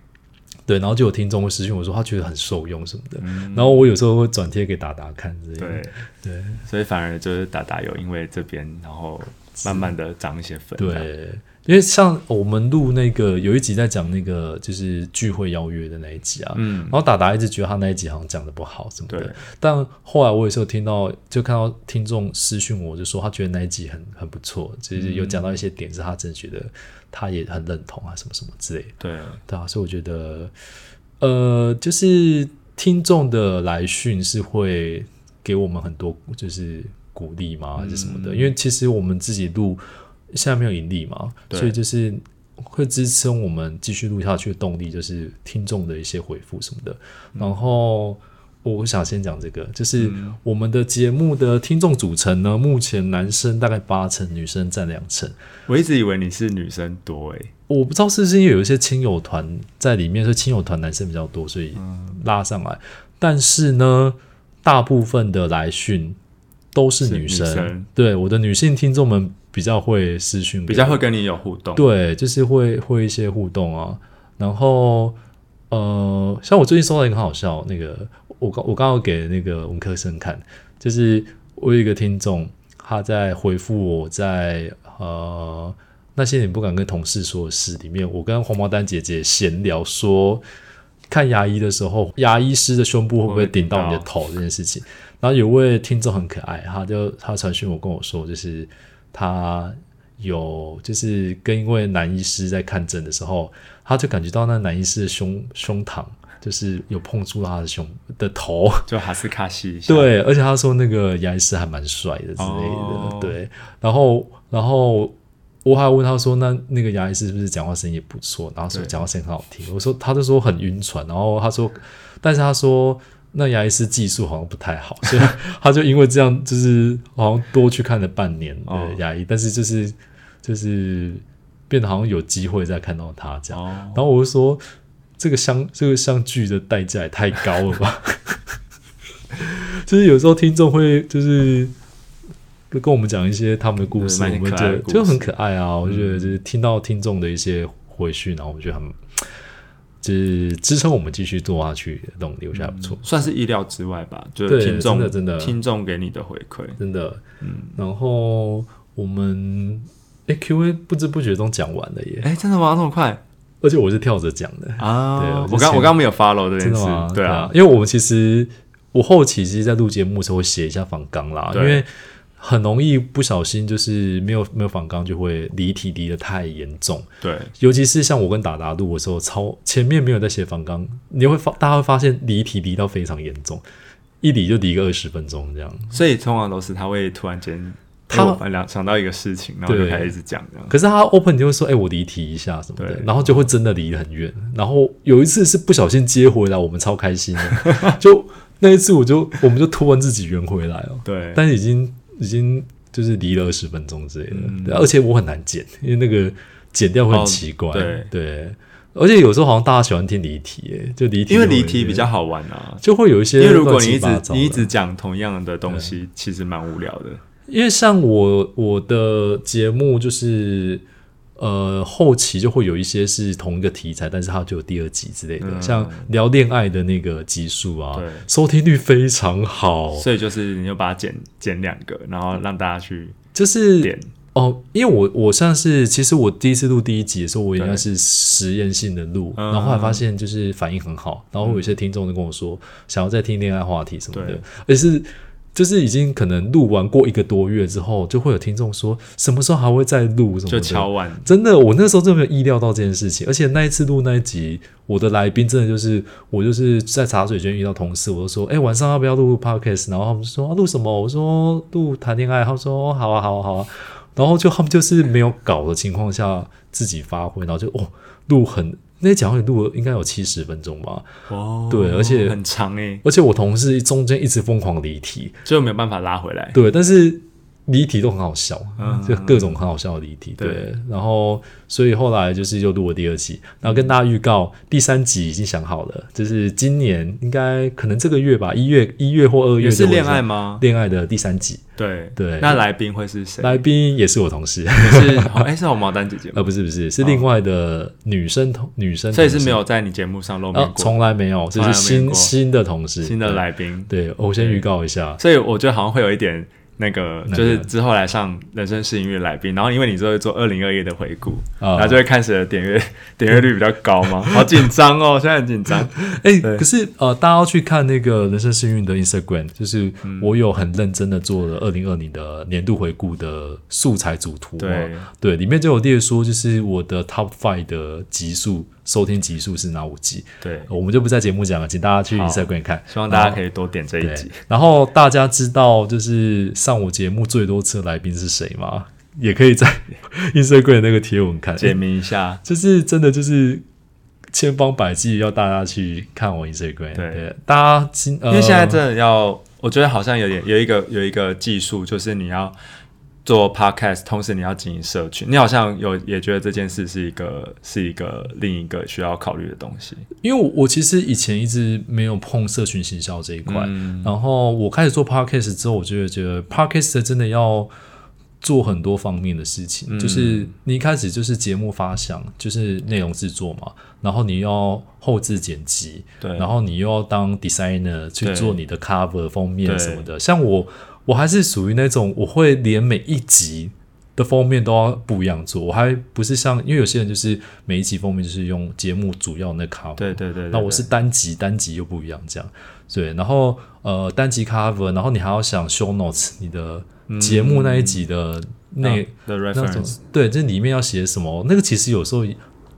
Speaker 1: 对，然后就有听众会私讯我说，他觉得很受用什么的，然后我有时候会转贴给达达看之类的。
Speaker 2: 嗯对
Speaker 1: 对，
Speaker 2: 所以反而就是达达有因为这边，然后慢慢的涨一些粉，这样
Speaker 1: 对，因为像我们录那个有一集在讲那个就是聚会邀约的那一集啊，
Speaker 2: 嗯
Speaker 1: 然后达达一直觉得他那一集好像讲的不好什么
Speaker 2: 对
Speaker 1: 的，但后来我也是有听到，就看到听众私讯我，就说他觉得那一集很很不错，就是有讲到一些点是他真的觉得他也很认同啊，什么什么之类的。
Speaker 2: 对，
Speaker 1: 对啊，所以我觉得，呃，就是听众的来讯是会给我们很多就是鼓励嘛，还是什么的？因为其实我们自己录现在没有盈利嘛，
Speaker 2: 对
Speaker 1: 所以就是会支撑我们继续录下去的动力，就是听众的一些回复什么的。然后我想先讲这个，就是我们的节目的听众组成呢，目前男生大概八成，女生占两成。
Speaker 2: 我一直以为你是女生多欸诶、
Speaker 1: 我不知道是不是因为有一些亲友团在里面，所以亲友团男生比较多，所以
Speaker 2: 嗯
Speaker 1: 拉上来。但是呢，大部分的来讯都是
Speaker 2: 是
Speaker 1: 女生。
Speaker 2: 女生
Speaker 1: 对我的女性听众们比较会私讯，
Speaker 2: 比较会跟你有互动。
Speaker 1: 对，就是会会一些互动啊。然后呃，像我最近收到一个很好笑，那个我刚我刚刚给那个文科生看，就是我有一个听众他在回复我在呃那些你不敢跟同事说的事里面，我跟黄毛丹姐姐闲聊说。看牙医的时候，牙医师的胸部会不会
Speaker 2: 会不会
Speaker 1: 顶到你的
Speaker 2: 顶到
Speaker 1: 头这件事情，然后有位听众很可爱，他就他传讯我跟我说，就是他有就是跟一位男医师在看诊的时候，他就感觉到那男医师的胸胸膛就是有碰触到他的胸的头，
Speaker 2: 就哈斯卡西一下。
Speaker 1: 对，而且他说那个牙医师还蛮帅的之类的，
Speaker 2: 哦
Speaker 1: 对。然后，然后我还问他说，那那个牙医师是不是讲话声音也不错？然后说
Speaker 2: 对
Speaker 1: 讲话声音很好听。我说，他就说很晕船，然后他说，但是他说那牙医师技术好像不太好，所以他就因为这样，就是好像多去看了半年
Speaker 2: 哦
Speaker 1: 的牙医，但是就是就是变得好像有机会再看到他这样。
Speaker 2: 哦，
Speaker 1: 然后我就说，这个相这个相聚的代价也太高了吧？ 就是有时候听众会就是跟我们讲一些他们的故事，
Speaker 2: 对蛮
Speaker 1: 我们
Speaker 2: 可爱
Speaker 1: 觉
Speaker 2: 的
Speaker 1: 得
Speaker 2: 故事
Speaker 1: 就很可爱啊。我觉得就是听到听众的一些回讯，啊然后我觉得很就是支撑我们继续做下去的动力，我觉得还不错。
Speaker 2: 算是意料之外吧，就
Speaker 1: 对
Speaker 2: 是听众
Speaker 1: 真的真的
Speaker 2: 听众给你的回馈。
Speaker 1: 真的。
Speaker 2: 嗯
Speaker 1: 然后我们哎 Q&A 不知不觉中讲完了耶，
Speaker 2: 哎、真的吗？那么快
Speaker 1: 而且我是跳着讲的。
Speaker 2: 啊
Speaker 1: 对我
Speaker 2: 我
Speaker 1: 之前
Speaker 2: 刚我刚没有 follow 这
Speaker 1: 真
Speaker 2: 件
Speaker 1: 的
Speaker 2: 事
Speaker 1: 吗？，
Speaker 2: 对啊，，
Speaker 1: 因为我们其实我后期其实，在录节目的时候会写一下访纲啦，因
Speaker 2: 对
Speaker 1: 为很容易不小心就是没有没有访纲就会离题离得太严重，
Speaker 2: 对，
Speaker 1: 尤其是像我跟达达录的时候，超前面没有在写访纲，你会发大家会发现离题离到非常严重，一离就离个二十分钟这样。
Speaker 2: 所以通常都是他会突然间，
Speaker 1: 他
Speaker 2: 他我想想到一个事情，然后就
Speaker 1: 对
Speaker 2: 开始一直讲这样。
Speaker 1: 可是他 open 就会说：“哎、我离题一下什么的。”
Speaker 2: 对
Speaker 1: 然后就会真的离得很远。然后有一次是不小心接回来，我们超开心的。 就那一次，我就我们就突然自己圆回来哦。
Speaker 2: 对，
Speaker 1: 但是已经已经就是离了二十分钟之类的、
Speaker 2: 嗯
Speaker 1: 对而且我很难剪，因为那个剪掉会很
Speaker 2: 哦
Speaker 1: 奇怪，
Speaker 2: 对
Speaker 1: 而且有时候好像大家喜欢听离题耶，就离题，
Speaker 2: 因为离题比较好玩啊，
Speaker 1: 就会有一些
Speaker 2: 因为如果
Speaker 1: 乱
Speaker 2: 你
Speaker 1: 七
Speaker 2: 一
Speaker 1: 八
Speaker 2: 直
Speaker 1: 糟的
Speaker 2: 你一直讲同样的东西，其实蛮无聊的。
Speaker 1: 因为像我我的节目就是呃后期就会有一些是同一个题材，但是它就有第二集之类的，
Speaker 2: 嗯
Speaker 1: 像聊恋爱的那个集数啊
Speaker 2: 对，
Speaker 1: 收听率非常好，
Speaker 2: 所以就是你就把它剪剪两个，然后让大家去
Speaker 1: 就是
Speaker 2: 点。
Speaker 1: 哦，因为我我像是其实我第一次录第一集的时候，我应该
Speaker 2: 对
Speaker 1: 是实验性的录，
Speaker 2: 嗯
Speaker 1: 然后后来发现就是反应很好，然后有些听众就跟我说想要再听恋爱话题什么的
Speaker 2: 对，
Speaker 1: 而是就是已经可能录完过一个多月之后，就会有听众说什么时候还会再录什么的，
Speaker 2: 就敲碗，
Speaker 1: 真的，我那时候真的没有意料到这件事情，而且那一次录那一集，我的来宾真的就是我就是在茶水间遇到同事，我就说，哎、晚上要不要录 podcast？然后他们就说啊录、什么？我说录谈恋爱，他们说哦好啊好啊好啊，然后就他们就是没有搞的情况下自己发挥，然后就哦录很那讲会录了应该有七十分钟吧，
Speaker 2: 哦
Speaker 1: 对而且
Speaker 2: 很长诶，
Speaker 1: 而且我同事中间一直疯狂离题，
Speaker 2: 就没有办法拉回来。
Speaker 1: 对，但是离题都很好笑，
Speaker 2: 嗯
Speaker 1: 就各种很好笑的离题。对，
Speaker 2: 对
Speaker 1: 然后所以后来就是又录了第二集，然后跟大家预告第三集已经想好了，就是今年应该可能这个月吧，一月一月或二月
Speaker 2: 也
Speaker 1: 就是会
Speaker 2: 恋爱吗？
Speaker 1: 恋爱的第三集，
Speaker 2: 对
Speaker 1: 对
Speaker 2: 那来宾会是谁？
Speaker 1: 来宾也是我同事，
Speaker 2: 也 是哎、诶是红毛丹姐姐吗？
Speaker 1: 呃，不是不是，是另外的女生同女生同事，
Speaker 2: 哦所以是没有在你节目上露
Speaker 1: 啊
Speaker 2: 面，过、
Speaker 1: 从来没有，这
Speaker 2: 从来
Speaker 1: 是
Speaker 2: 没
Speaker 1: 新
Speaker 2: 过
Speaker 1: 新的同事，
Speaker 2: 新的来宾，
Speaker 1: 对，对我先预告一下，
Speaker 2: 所以我觉得好像会有一点那个
Speaker 1: 那个
Speaker 2: 就是之后来上人生是音乐来宾，然后因为你之后会做二零二一的回顾，
Speaker 1: 啊
Speaker 2: 然后就会看谁的点阅 点阅率比较高 嘛，好紧张哦，现在很紧张。
Speaker 1: 哎、
Speaker 2: 对
Speaker 1: 可是呃，大家要去看那个人生幸运的 Instagram，就是
Speaker 2: 嗯
Speaker 1: 我有很认真的做了二零二零的年度回顾的素材主图嘛
Speaker 2: 对，
Speaker 1: 对，里面就有列说，就是我的 Top Five 的集数收听集数是哪五集，呃
Speaker 2: 对，
Speaker 1: 我们就不在节目讲了，请大家去
Speaker 2: 好
Speaker 1: Instagram 看。
Speaker 2: 希望大家
Speaker 1: 以。
Speaker 2: 可以多点这一
Speaker 1: 对
Speaker 2: 集。，
Speaker 1: 然后大家知道就是上我节目最多次的来宾是谁吗？也可以在 Instagram 那个贴文看，
Speaker 2: 解谜一下，
Speaker 1: 就是真的就是千方百计要大家去看我 Instagram，
Speaker 2: 对
Speaker 1: 大家今、 呃、
Speaker 2: 因为现在真的要，我觉得好像有点有一个有一个技术，就是你要做 podcast，同时你要经营社群，你好像有也觉得这件事是一个是一个另一个需要考虑的东西。
Speaker 1: 因为我我其实以前一直没有碰社群行销这一块，
Speaker 2: 嗯
Speaker 1: 然后我开始做 podcast 之后，我就会觉得 podcast 真的要做很多方面的事
Speaker 2: 嗯
Speaker 1: 情，就是你一开始就是节目发想，就是内容制作嘛，然后你要后置剪辑，
Speaker 2: 对，
Speaker 1: 然后你又要当 designer 去
Speaker 2: 嗯对
Speaker 1: 做你的 cover 封面什么的。像我，我还是属于那种我会连每一集的封面都要不一样做，我还不是像因为有些人就是每一集封面就是用节目主要那 cover，
Speaker 2: 对对对对
Speaker 1: 那我
Speaker 2: 对
Speaker 1: 是单集单集又不一样这样，对，然后呃单集 cover，然后你还要想 show notes 你的节目那一集的嗯那、
Speaker 2: 啊的
Speaker 1: 那种
Speaker 2: reference
Speaker 1: 对，这里面要写什么，那个其实有时候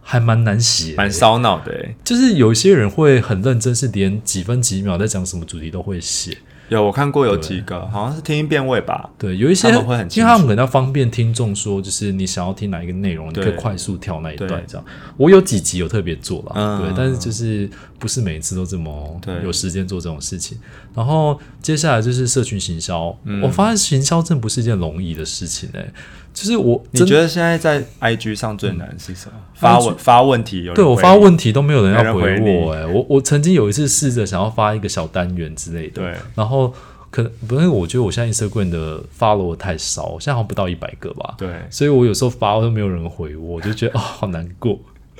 Speaker 1: 还蛮难写的，
Speaker 2: 蛮烧脑的、欸。
Speaker 1: 就是有一些人会很认真，是连几分几秒在讲什么主题都会写。
Speaker 2: 有我看过有几个，好像是听音辨位吧。
Speaker 1: 对，有一些
Speaker 2: 他们会很清楚
Speaker 1: 因为他们可能要方便听众说，就是你想要听哪一个内容，你
Speaker 2: 对
Speaker 1: 可以快速跳那一段
Speaker 2: 对
Speaker 1: 这样。我有几集有特别做啦，
Speaker 2: 嗯
Speaker 1: 对，但是就是不是每一次都这么
Speaker 2: 对
Speaker 1: 有时间做这种事情。然后接下来就是社群行销，
Speaker 2: 嗯
Speaker 1: 我发现行销真不是一件容易的事情哎、就是我
Speaker 2: 你
Speaker 1: 真
Speaker 2: 觉得现在在 IG 上最难是什么？发问发问题有人
Speaker 1: 对我
Speaker 2: 回
Speaker 1: 发
Speaker 2: 你
Speaker 1: 问题都没有人要
Speaker 2: 没人回
Speaker 1: 回
Speaker 2: 你
Speaker 1: 我哎、我我曾经有一次试着想要发一个小单元之类的，
Speaker 2: 对
Speaker 1: 然后可能不是，我觉得我现在 Instagram 的 follow 太少，我现在好像不到一百个吧，
Speaker 2: 对
Speaker 1: 所以我有时候发都没有人回我，我就觉得哦好难过。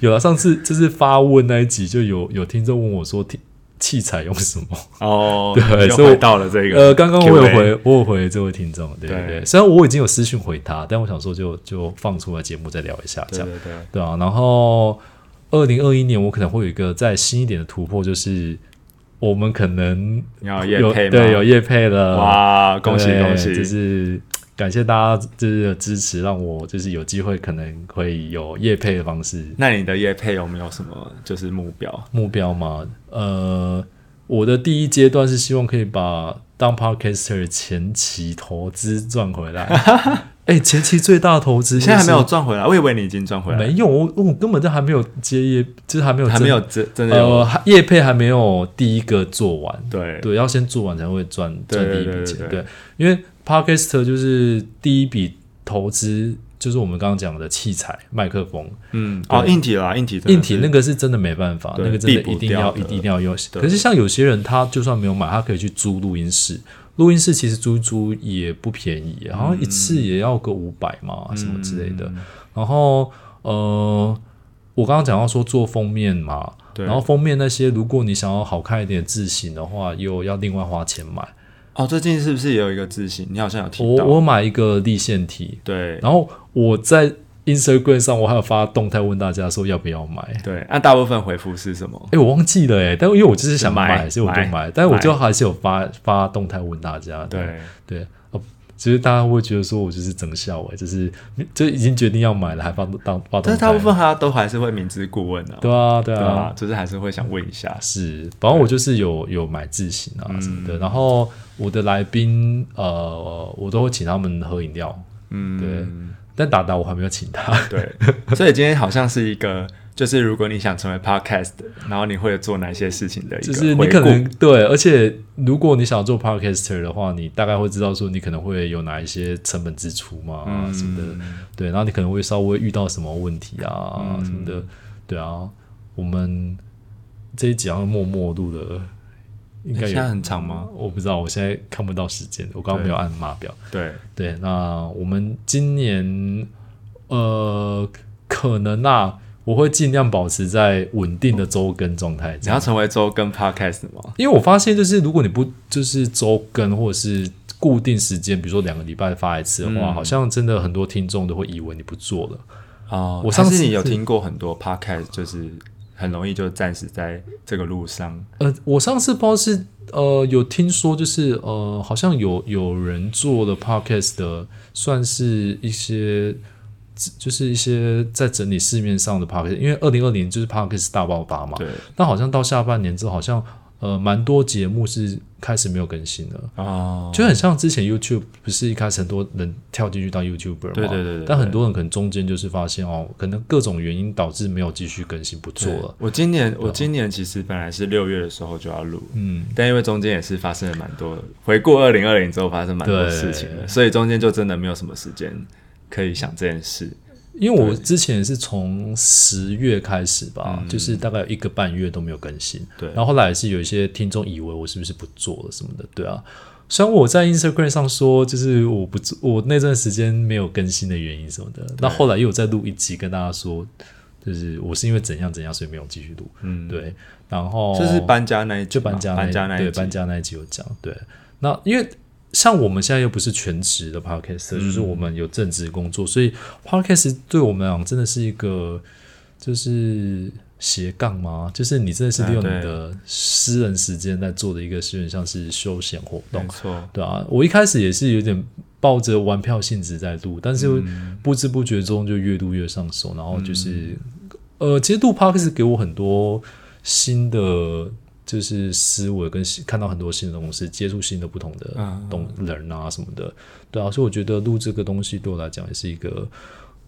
Speaker 1: 有了，上次就是发问那一集就有有听众问我说器器材用什么，
Speaker 2: 哦，
Speaker 1: 对
Speaker 2: 又
Speaker 1: 所以我
Speaker 2: 回到了这个
Speaker 1: 呃，刚刚我有
Speaker 2: Q&A
Speaker 1: 回，我有回这位听众，对对
Speaker 2: 对
Speaker 1: 对，虽然我已经有私讯回他，但我想说就就放出来节目再聊一下这
Speaker 2: 对
Speaker 1: 样。
Speaker 2: 对对，
Speaker 1: 对啊，然后二零二一年我可能会有一个再新一点的突破，就是我们可能
Speaker 2: 你要业
Speaker 1: 有
Speaker 2: 配吗？
Speaker 1: 对有业配了，
Speaker 2: 哇，
Speaker 1: 对，
Speaker 2: 恭喜恭喜！
Speaker 1: 就是感谢大家就是支持，让我就是有机会可能会有业配的方式
Speaker 2: 那你的业配有没有什么就是目标？
Speaker 1: 目标嘛。呃，我的第一阶段是希望可以把当 podcaster 前期投资赚回 来。哎、前期最大的投资
Speaker 2: 你现在还没有
Speaker 1: 就是
Speaker 2: 赚回来，我以为你已经赚回来，
Speaker 1: 没有，我我根本就还没有接业，就是还没有
Speaker 2: 还
Speaker 1: 真
Speaker 2: 没有真真的有、
Speaker 1: 呃，还业配还没有第一个做完，
Speaker 2: 对
Speaker 1: 对，要先做完才会赚
Speaker 2: 对
Speaker 1: 赚第一
Speaker 2: 对
Speaker 1: 笔
Speaker 2: 对
Speaker 1: 钱，
Speaker 2: 对对
Speaker 1: 因为 Podcast 就是第一笔投资，就是我们刚刚讲的器材、麦克风、
Speaker 2: 嗯哦，
Speaker 1: 对
Speaker 2: 硬体啦，硬体真的
Speaker 1: 硬体，
Speaker 2: 是
Speaker 1: 那个是真的没办法，
Speaker 2: 对
Speaker 1: 那个真的
Speaker 2: 避不
Speaker 1: 一定要
Speaker 2: 掉
Speaker 1: 一
Speaker 2: 的
Speaker 1: 定要用。
Speaker 2: 对
Speaker 1: 可是像有些人，他就算没有买，他可以去租录音室。录音室其实租一租也不便宜，好像一次也要个五百嘛，什么之类
Speaker 2: 嗯
Speaker 1: 的。然后呃，我刚刚讲到说做封面嘛，
Speaker 2: 对
Speaker 1: 然后封面那些，如果你想要好看一点的字型的话，又要另外花钱买。
Speaker 2: 哦，最近是不是也有一个自信？你好像有提
Speaker 1: 我
Speaker 2: 到，
Speaker 1: 我买一个立线体，
Speaker 2: 对
Speaker 1: 然后我在 Instagram 上我还有发动态问大家说要不要买。
Speaker 2: 对，那大部分回复是什么？
Speaker 1: 哎、我忘记了哎，但因为我就是想
Speaker 2: 买
Speaker 1: 买，所以我就
Speaker 2: 买
Speaker 1: 买，但我就还是有发发动态问大家，
Speaker 2: 对，
Speaker 1: 对，哦，其实大家会觉得说我就是整笑哎，就是就已经决定要买了，还发当发动态，
Speaker 2: 但是啊大部分他都还是会明知故问的、
Speaker 1: 对啊对
Speaker 2: 对
Speaker 1: 啊
Speaker 2: 啊，就是还是会想问一下，
Speaker 1: 是，反正我就是有有买字型啊什么的，
Speaker 2: 嗯
Speaker 1: 然后我的来宾呃，我都会请他们喝饮料，
Speaker 2: 嗯，
Speaker 1: 但达达我还没有请他，
Speaker 2: 对对，所以今天好像是一个。就是如果你想成为 podcast，然后你会做哪些事情的一个
Speaker 1: 就是你
Speaker 2: 回
Speaker 1: 可
Speaker 2: 顾
Speaker 1: 能对，而且如果你想做 podcaster 的话，你大概会知道说你可能会有哪一些成本支出嘛、
Speaker 2: 嗯
Speaker 1: 什么的，对，然后你可能会稍微遇到什么问题啊、
Speaker 2: 嗯
Speaker 1: 什么的，对啊，我们这一集要默默录的，应该有
Speaker 2: 现在很长吗？
Speaker 1: 我不知道，我现在看不到时间，我刚刚没有按码表。
Speaker 2: 对，
Speaker 1: 对，那我们今年呃，可能啊，我会尽量保持在稳定的周更状态这样
Speaker 2: 你要成为周更 podcast 吗？
Speaker 1: 因为我发现，就是如果你不就是周更或者是固定时间，比如说两个礼拜发一次的话，
Speaker 2: 嗯
Speaker 1: 好像真的很多听众都会以为你不做了。
Speaker 2: 哦，
Speaker 1: 我
Speaker 2: 还
Speaker 1: 上次
Speaker 2: 是你有
Speaker 1: 是
Speaker 2: 听过很多 podcast，就是很容易就暂时在这个路上，
Speaker 1: 呃，我上次不知道是呃有听说，就是呃好像有有人做了 podcast 的，算是一些就是一些在整理市面上的 podcast，因为二零二零就是 podcast 大爆发嘛。
Speaker 2: 对
Speaker 1: 那好像到下半年之后，好像呃蛮多节目是开始没有更新了。
Speaker 2: 哦，
Speaker 1: 就很像之前 YouTube 不是一开始很多人跳进去当 YouTuber 嘛，
Speaker 2: 对对对对对
Speaker 1: 但很多人可能中间就是发现哦，可能各种原因导致没有继续更新不做
Speaker 2: 对
Speaker 1: 了。
Speaker 2: 我今年我今年其实本来是六月的时候就要录，
Speaker 1: 嗯，
Speaker 2: 但因为中间也是发生了蛮多，回顾二零二零之后发生蛮多
Speaker 1: 对
Speaker 2: 事情的，所以中间就真的没有什么时间可以想这件事。
Speaker 1: 因为我之前是从十月开始
Speaker 2: 嗯
Speaker 1: 吧，就是大概有一个半月都没有更新。
Speaker 2: 对
Speaker 1: 然后后来也是有一些听众以为我是不是不做了什么的，对啊。虽然我在 Instagram 上说，就是我不做，我那段时间没有更新的原因什么的。那后来又有再录一集跟大家说，就是我是因为怎样怎样，所以没有继续录。
Speaker 2: 嗯，
Speaker 1: 哦对，然后
Speaker 2: 就是搬家那一集
Speaker 1: 就
Speaker 2: 嘛
Speaker 1: 搬家
Speaker 2: 搬家
Speaker 1: 那
Speaker 2: 那
Speaker 1: 一
Speaker 2: 一
Speaker 1: 对
Speaker 2: 集
Speaker 1: 搬家那一集有讲对。那因为像我们现在又不是全职的 podcast，、就是
Speaker 2: 嗯
Speaker 1: 我们有正职工作，所以 podcast 对我们来讲真的是一个就是斜杠吗？就是你真的是利用
Speaker 2: 啊对
Speaker 1: 你的私人时间在做的一个，有点像是休闲活动
Speaker 2: 没。错，
Speaker 1: 对啊，我一开始也是有点抱着玩票性质在录，但是
Speaker 2: 嗯
Speaker 1: 不知不觉中就越录越上手，然后就是、
Speaker 2: 嗯
Speaker 1: 呃，其实录 podcast 给我很多新的就是思维跟新看到很多新的东西，接触新的不同的
Speaker 2: 嗯
Speaker 1: 懂人啊什么的，对啊，所以我觉得录这个东西对我来讲也是一个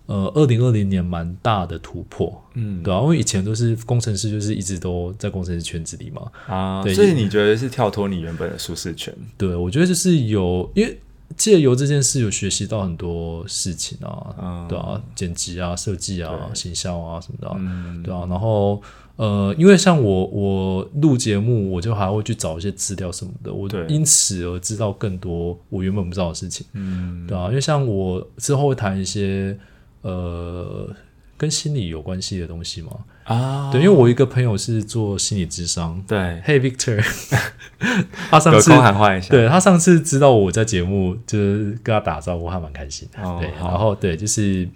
Speaker 1: 呃，二零二零年蛮大的突破。
Speaker 2: 嗯
Speaker 1: 对啊，因为以前都是工程师，就是一直都在工程师圈子里嘛，
Speaker 2: 啊，
Speaker 1: 对
Speaker 2: 所以你觉得是跳脱你原本的舒适圈？
Speaker 1: 对，我觉得就是有，因为借由这件事有学习到很多事情啊，
Speaker 2: 嗯
Speaker 1: 对啊，剪辑啊、设计啊、行销啊什么的啊、
Speaker 2: 嗯，
Speaker 1: 对啊。然后呃，因为像我我录节目，我就还会去找一些资料什么的，我
Speaker 2: 对
Speaker 1: 因此而知道更多我原本不知道的事情，
Speaker 2: 嗯，
Speaker 1: 对啊。因为像我之后会谈一些呃跟心理有关系的东西嘛，
Speaker 2: 啊，
Speaker 1: 对，因为我有一个朋友是做心理智商。
Speaker 2: 对，
Speaker 1: Hey Victor，他上
Speaker 2: 有
Speaker 1: 次
Speaker 2: 空喊话一下，
Speaker 1: 对他上次知道我在节目，就是跟他打招呼，还蛮开心的。
Speaker 2: 哦
Speaker 1: 对，
Speaker 2: 好
Speaker 1: 然后对，就是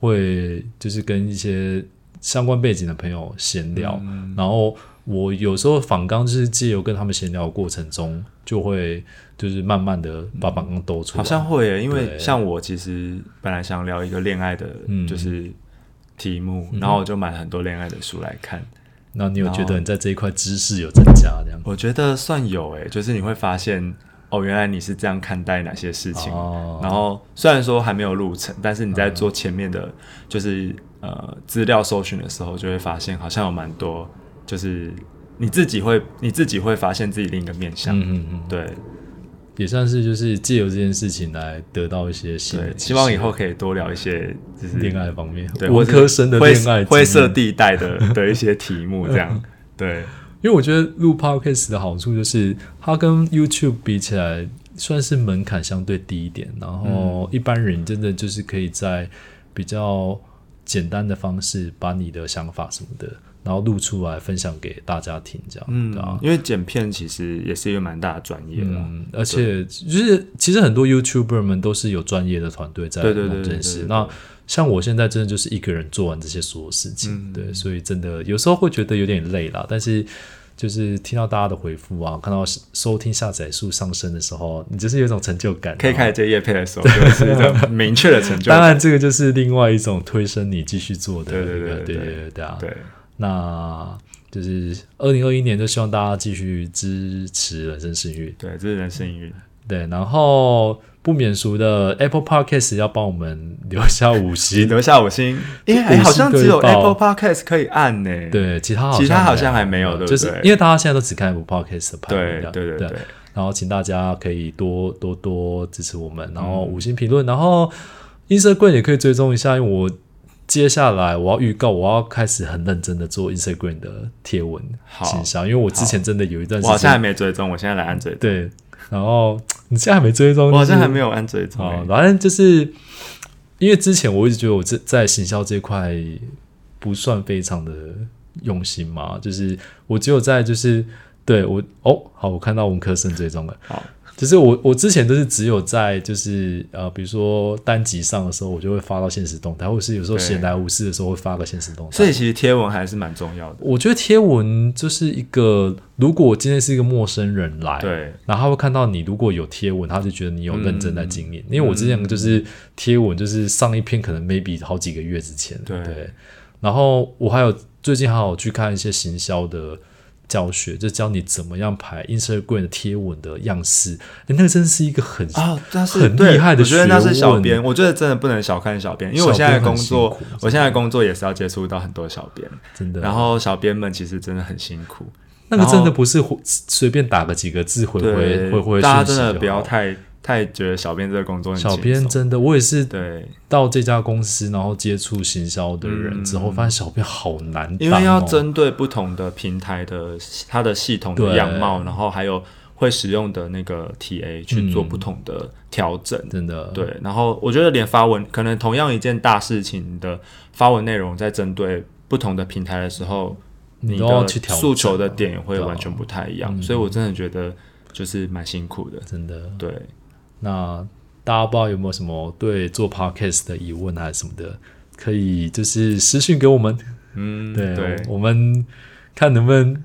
Speaker 1: 会就是跟一些相关背景的朋友闲聊，
Speaker 2: 嗯
Speaker 1: 然后我有时候访纲就是借由跟他们闲聊的过程中，就会就是慢慢的把访纲兜出来。
Speaker 2: 好像会耶，因为
Speaker 1: 对
Speaker 2: 像我其实本来想聊一个恋爱的
Speaker 1: 嗯，
Speaker 2: 就是题目，然后我就买很多恋爱的书来看。
Speaker 1: 那你有觉
Speaker 2: 然后
Speaker 1: 得你在这一块知识有增加这样？
Speaker 2: 我觉得算有诶，就是你会发现哦，原来你是这样看待哪些事情。
Speaker 1: 哦
Speaker 2: 然后虽然说还没有路程，但是你在做前面
Speaker 1: 嗯
Speaker 2: 的，就是呃资料搜寻的时候，就会发现好像有蛮多，就是你自己会你自己会发现自己另一个面向。
Speaker 1: 嗯嗯嗯，
Speaker 2: 对
Speaker 1: 也算是就是借由这件事情来得到一些新的
Speaker 2: 对，
Speaker 1: 知识，
Speaker 2: 希望以后可以多聊一些就是
Speaker 1: 恋爱方面，
Speaker 2: 对，
Speaker 1: 文
Speaker 2: 或是
Speaker 1: 科生的
Speaker 2: 灰
Speaker 1: 恋爱
Speaker 2: 灰
Speaker 1: 经
Speaker 2: 色
Speaker 1: 验
Speaker 2: 地 带的的一些题目，这样对，
Speaker 1: 因为我觉得录 podcast 的好处就是，它跟 YouTube 比起来，算是门槛相对低一点。然后一般人真的就是可以在比较简单的方式，把你的想法什么的，然后录出来分享给大家听，这样，
Speaker 2: 嗯
Speaker 1: 对啊，。
Speaker 2: 因为剪片其实也是一个蛮大的专业啦，
Speaker 1: 嗯，而且就是其实很多 YouTuber 们都是有专业的团队在
Speaker 2: 对对
Speaker 1: 弄
Speaker 2: 对
Speaker 1: 这
Speaker 2: 对
Speaker 1: 件
Speaker 2: 对
Speaker 1: 事
Speaker 2: 对。
Speaker 1: 那像我现在真的就是一个人做完这些所有事情，
Speaker 2: 嗯
Speaker 1: 对，所以真的有时候会觉得有点累啦，但是。就是听到大家的回复啊，看到收听下载数上升的时候，你就是有一种成就感、啊。
Speaker 2: 可以开始接叶配的时候，就是一个明确的 成就
Speaker 1: 当
Speaker 2: 感。
Speaker 1: 然这个就是另外一种推升你继续做的一个，
Speaker 2: 对对对
Speaker 1: 对
Speaker 2: 对
Speaker 1: 对对啊。
Speaker 2: 对，
Speaker 1: 那就是二零二一年，就希望大家继续支持人生幸运。
Speaker 2: 对，这是人生营运。
Speaker 1: 对，然后不免俗的 Apple Podcast 要帮我们留下五
Speaker 2: 你
Speaker 1: 星，
Speaker 2: 留下五星，因为
Speaker 1: 五
Speaker 2: 哎
Speaker 1: 星
Speaker 2: 好像只有
Speaker 1: 对爆
Speaker 2: Apple Podcast 可以按呢。
Speaker 1: 对，其他好像
Speaker 2: 其他好像还没有对不对
Speaker 1: 就是因为大家现在都只看 Apple Podcast 的排
Speaker 2: 对
Speaker 1: 名这样
Speaker 2: 对对对
Speaker 1: 对，然后请大家可以多多多支持我们，然后
Speaker 2: 嗯
Speaker 1: 五星评论，然后 Instagram 也可以追踪一下，因为我。接下来我要预告，我要开始很认真的做 Instagram 的贴文
Speaker 2: 好
Speaker 1: 形象，因为我之前真的有一段
Speaker 2: 我
Speaker 1: 时
Speaker 2: 好像还
Speaker 1: 间
Speaker 2: 没追踪，我现在来按追踪，
Speaker 1: 对，然后你现在还没追踪，
Speaker 2: 我好像
Speaker 1: 就是
Speaker 2: 还没有按追踪
Speaker 1: 哦，
Speaker 2: 欸。
Speaker 1: 反正就是因为之前我一直觉得我这在行销这块不算非常的用心嘛，就是我只有在就是对我哦，好，我看到文科生追踪了，
Speaker 2: 好，
Speaker 1: 就是我我之前都是只有在就是呃，比如说单集上的时候，我就会发到现实动态，或者是有时候
Speaker 2: 对
Speaker 1: 闲来无事的时候会发个现实动态。
Speaker 2: 所以其实贴文还是蛮重要的。
Speaker 1: 我觉得贴文就是一个，如果今天是一个陌生人来，
Speaker 2: 对，
Speaker 1: 然后他会看到你如果有贴文，他就觉得你有认真在经
Speaker 2: 嗯
Speaker 1: 营。因为我之前就是贴文，就是上一篇可能 maybe 好几个月之前，
Speaker 2: 对
Speaker 1: 然后我还有最近还有去看一些行销的教学，就教你怎么样排 Instagram 的贴文的样式。诶那个真是一个很
Speaker 2: 啊，那是
Speaker 1: 很
Speaker 2: 对
Speaker 1: 厉害的
Speaker 2: 我觉得那是
Speaker 1: 学
Speaker 2: 小
Speaker 1: 问
Speaker 2: 编，我觉得真的不能小看小编，因为我
Speaker 1: 小
Speaker 2: 现
Speaker 1: 编
Speaker 2: 在的工
Speaker 1: 很辛
Speaker 2: 作
Speaker 1: 苦，
Speaker 2: 我现在的工作也是要接触到很多小编，
Speaker 1: 真的。
Speaker 2: 然后小编们其实真的很辛苦，
Speaker 1: 那个
Speaker 2: 然后
Speaker 1: 真的不是回随便打个几个字回回
Speaker 2: 对，
Speaker 1: 回回
Speaker 2: 大家
Speaker 1: 讯
Speaker 2: 真
Speaker 1: 息
Speaker 2: 的
Speaker 1: 就
Speaker 2: 不要
Speaker 1: 好
Speaker 2: 太太觉得哦小编这个工作很
Speaker 1: 小
Speaker 2: 轻
Speaker 1: 编
Speaker 2: 松
Speaker 1: 真的，我也是
Speaker 2: 对，
Speaker 1: 到这家公司，然后接触行销的人之后，发现小编好难当、哦，
Speaker 2: 嗯因为要针对不同的平台的它的系统的
Speaker 1: 对
Speaker 2: 样貌，然后还有会使用的那个 TA 去
Speaker 1: 嗯
Speaker 2: 做不同的调整。
Speaker 1: 真的
Speaker 2: 对，然后我觉得连发文，可能同样一件大事情你的发文内容，在针对不同的平台的时候，
Speaker 1: 你
Speaker 2: 你
Speaker 1: 都要
Speaker 2: 的
Speaker 1: 去调整
Speaker 2: 诉求的点也会
Speaker 1: 对啊
Speaker 2: 完全不太一样，所以我真的觉得就是蛮辛苦的。
Speaker 1: 真的。
Speaker 2: 对，
Speaker 1: 那大家不知道有没有什么对做 podcast 的疑问啊什么的，可以就是私讯给我们，
Speaker 2: 嗯，
Speaker 1: 对，啊
Speaker 2: 对，
Speaker 1: 我们看能不能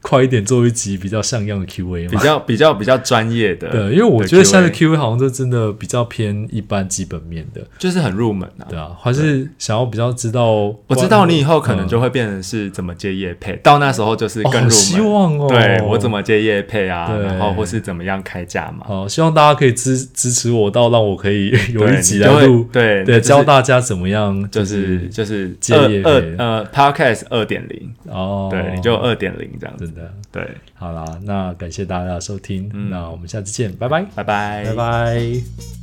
Speaker 1: 快一点做一集比较像样的 Q&A
Speaker 2: 比
Speaker 1: 嘛。
Speaker 2: 较比较比较专业的，
Speaker 1: 对，因为我觉得现在的
Speaker 2: 的
Speaker 1: Q&A 好像就真的比较偏一般基本面的，
Speaker 2: 就是很入门啊
Speaker 1: 对。啊，还是想要比较知道。哦我
Speaker 2: 我知道你以后可能就会变成是怎么接业配，到那时候就是
Speaker 1: 嗯哦，
Speaker 2: 更
Speaker 1: 好
Speaker 2: 入
Speaker 1: 希
Speaker 2: 门。
Speaker 1: 望哦，
Speaker 2: 对我怎么接业配啊，
Speaker 1: 对
Speaker 2: 然后或是怎么样开价嘛，
Speaker 1: 好，希望大家可以支支持我到让我可以 有
Speaker 2: 对
Speaker 1: 一集
Speaker 2: 你
Speaker 1: 来
Speaker 2: 就会
Speaker 1: 录，对，
Speaker 2: 对就是
Speaker 1: 教大家怎么样，
Speaker 2: 就是就是
Speaker 1: 接
Speaker 2: 二
Speaker 1: 业配
Speaker 2: 二呃 podcast 二点零，
Speaker 1: 哦，
Speaker 2: 对，你就二点零这样子，
Speaker 1: 真的
Speaker 2: 对，嗯
Speaker 1: 好啦，那感谢大家的收听，那我们下次见，拜拜，
Speaker 2: 拜拜，
Speaker 1: 拜。拜。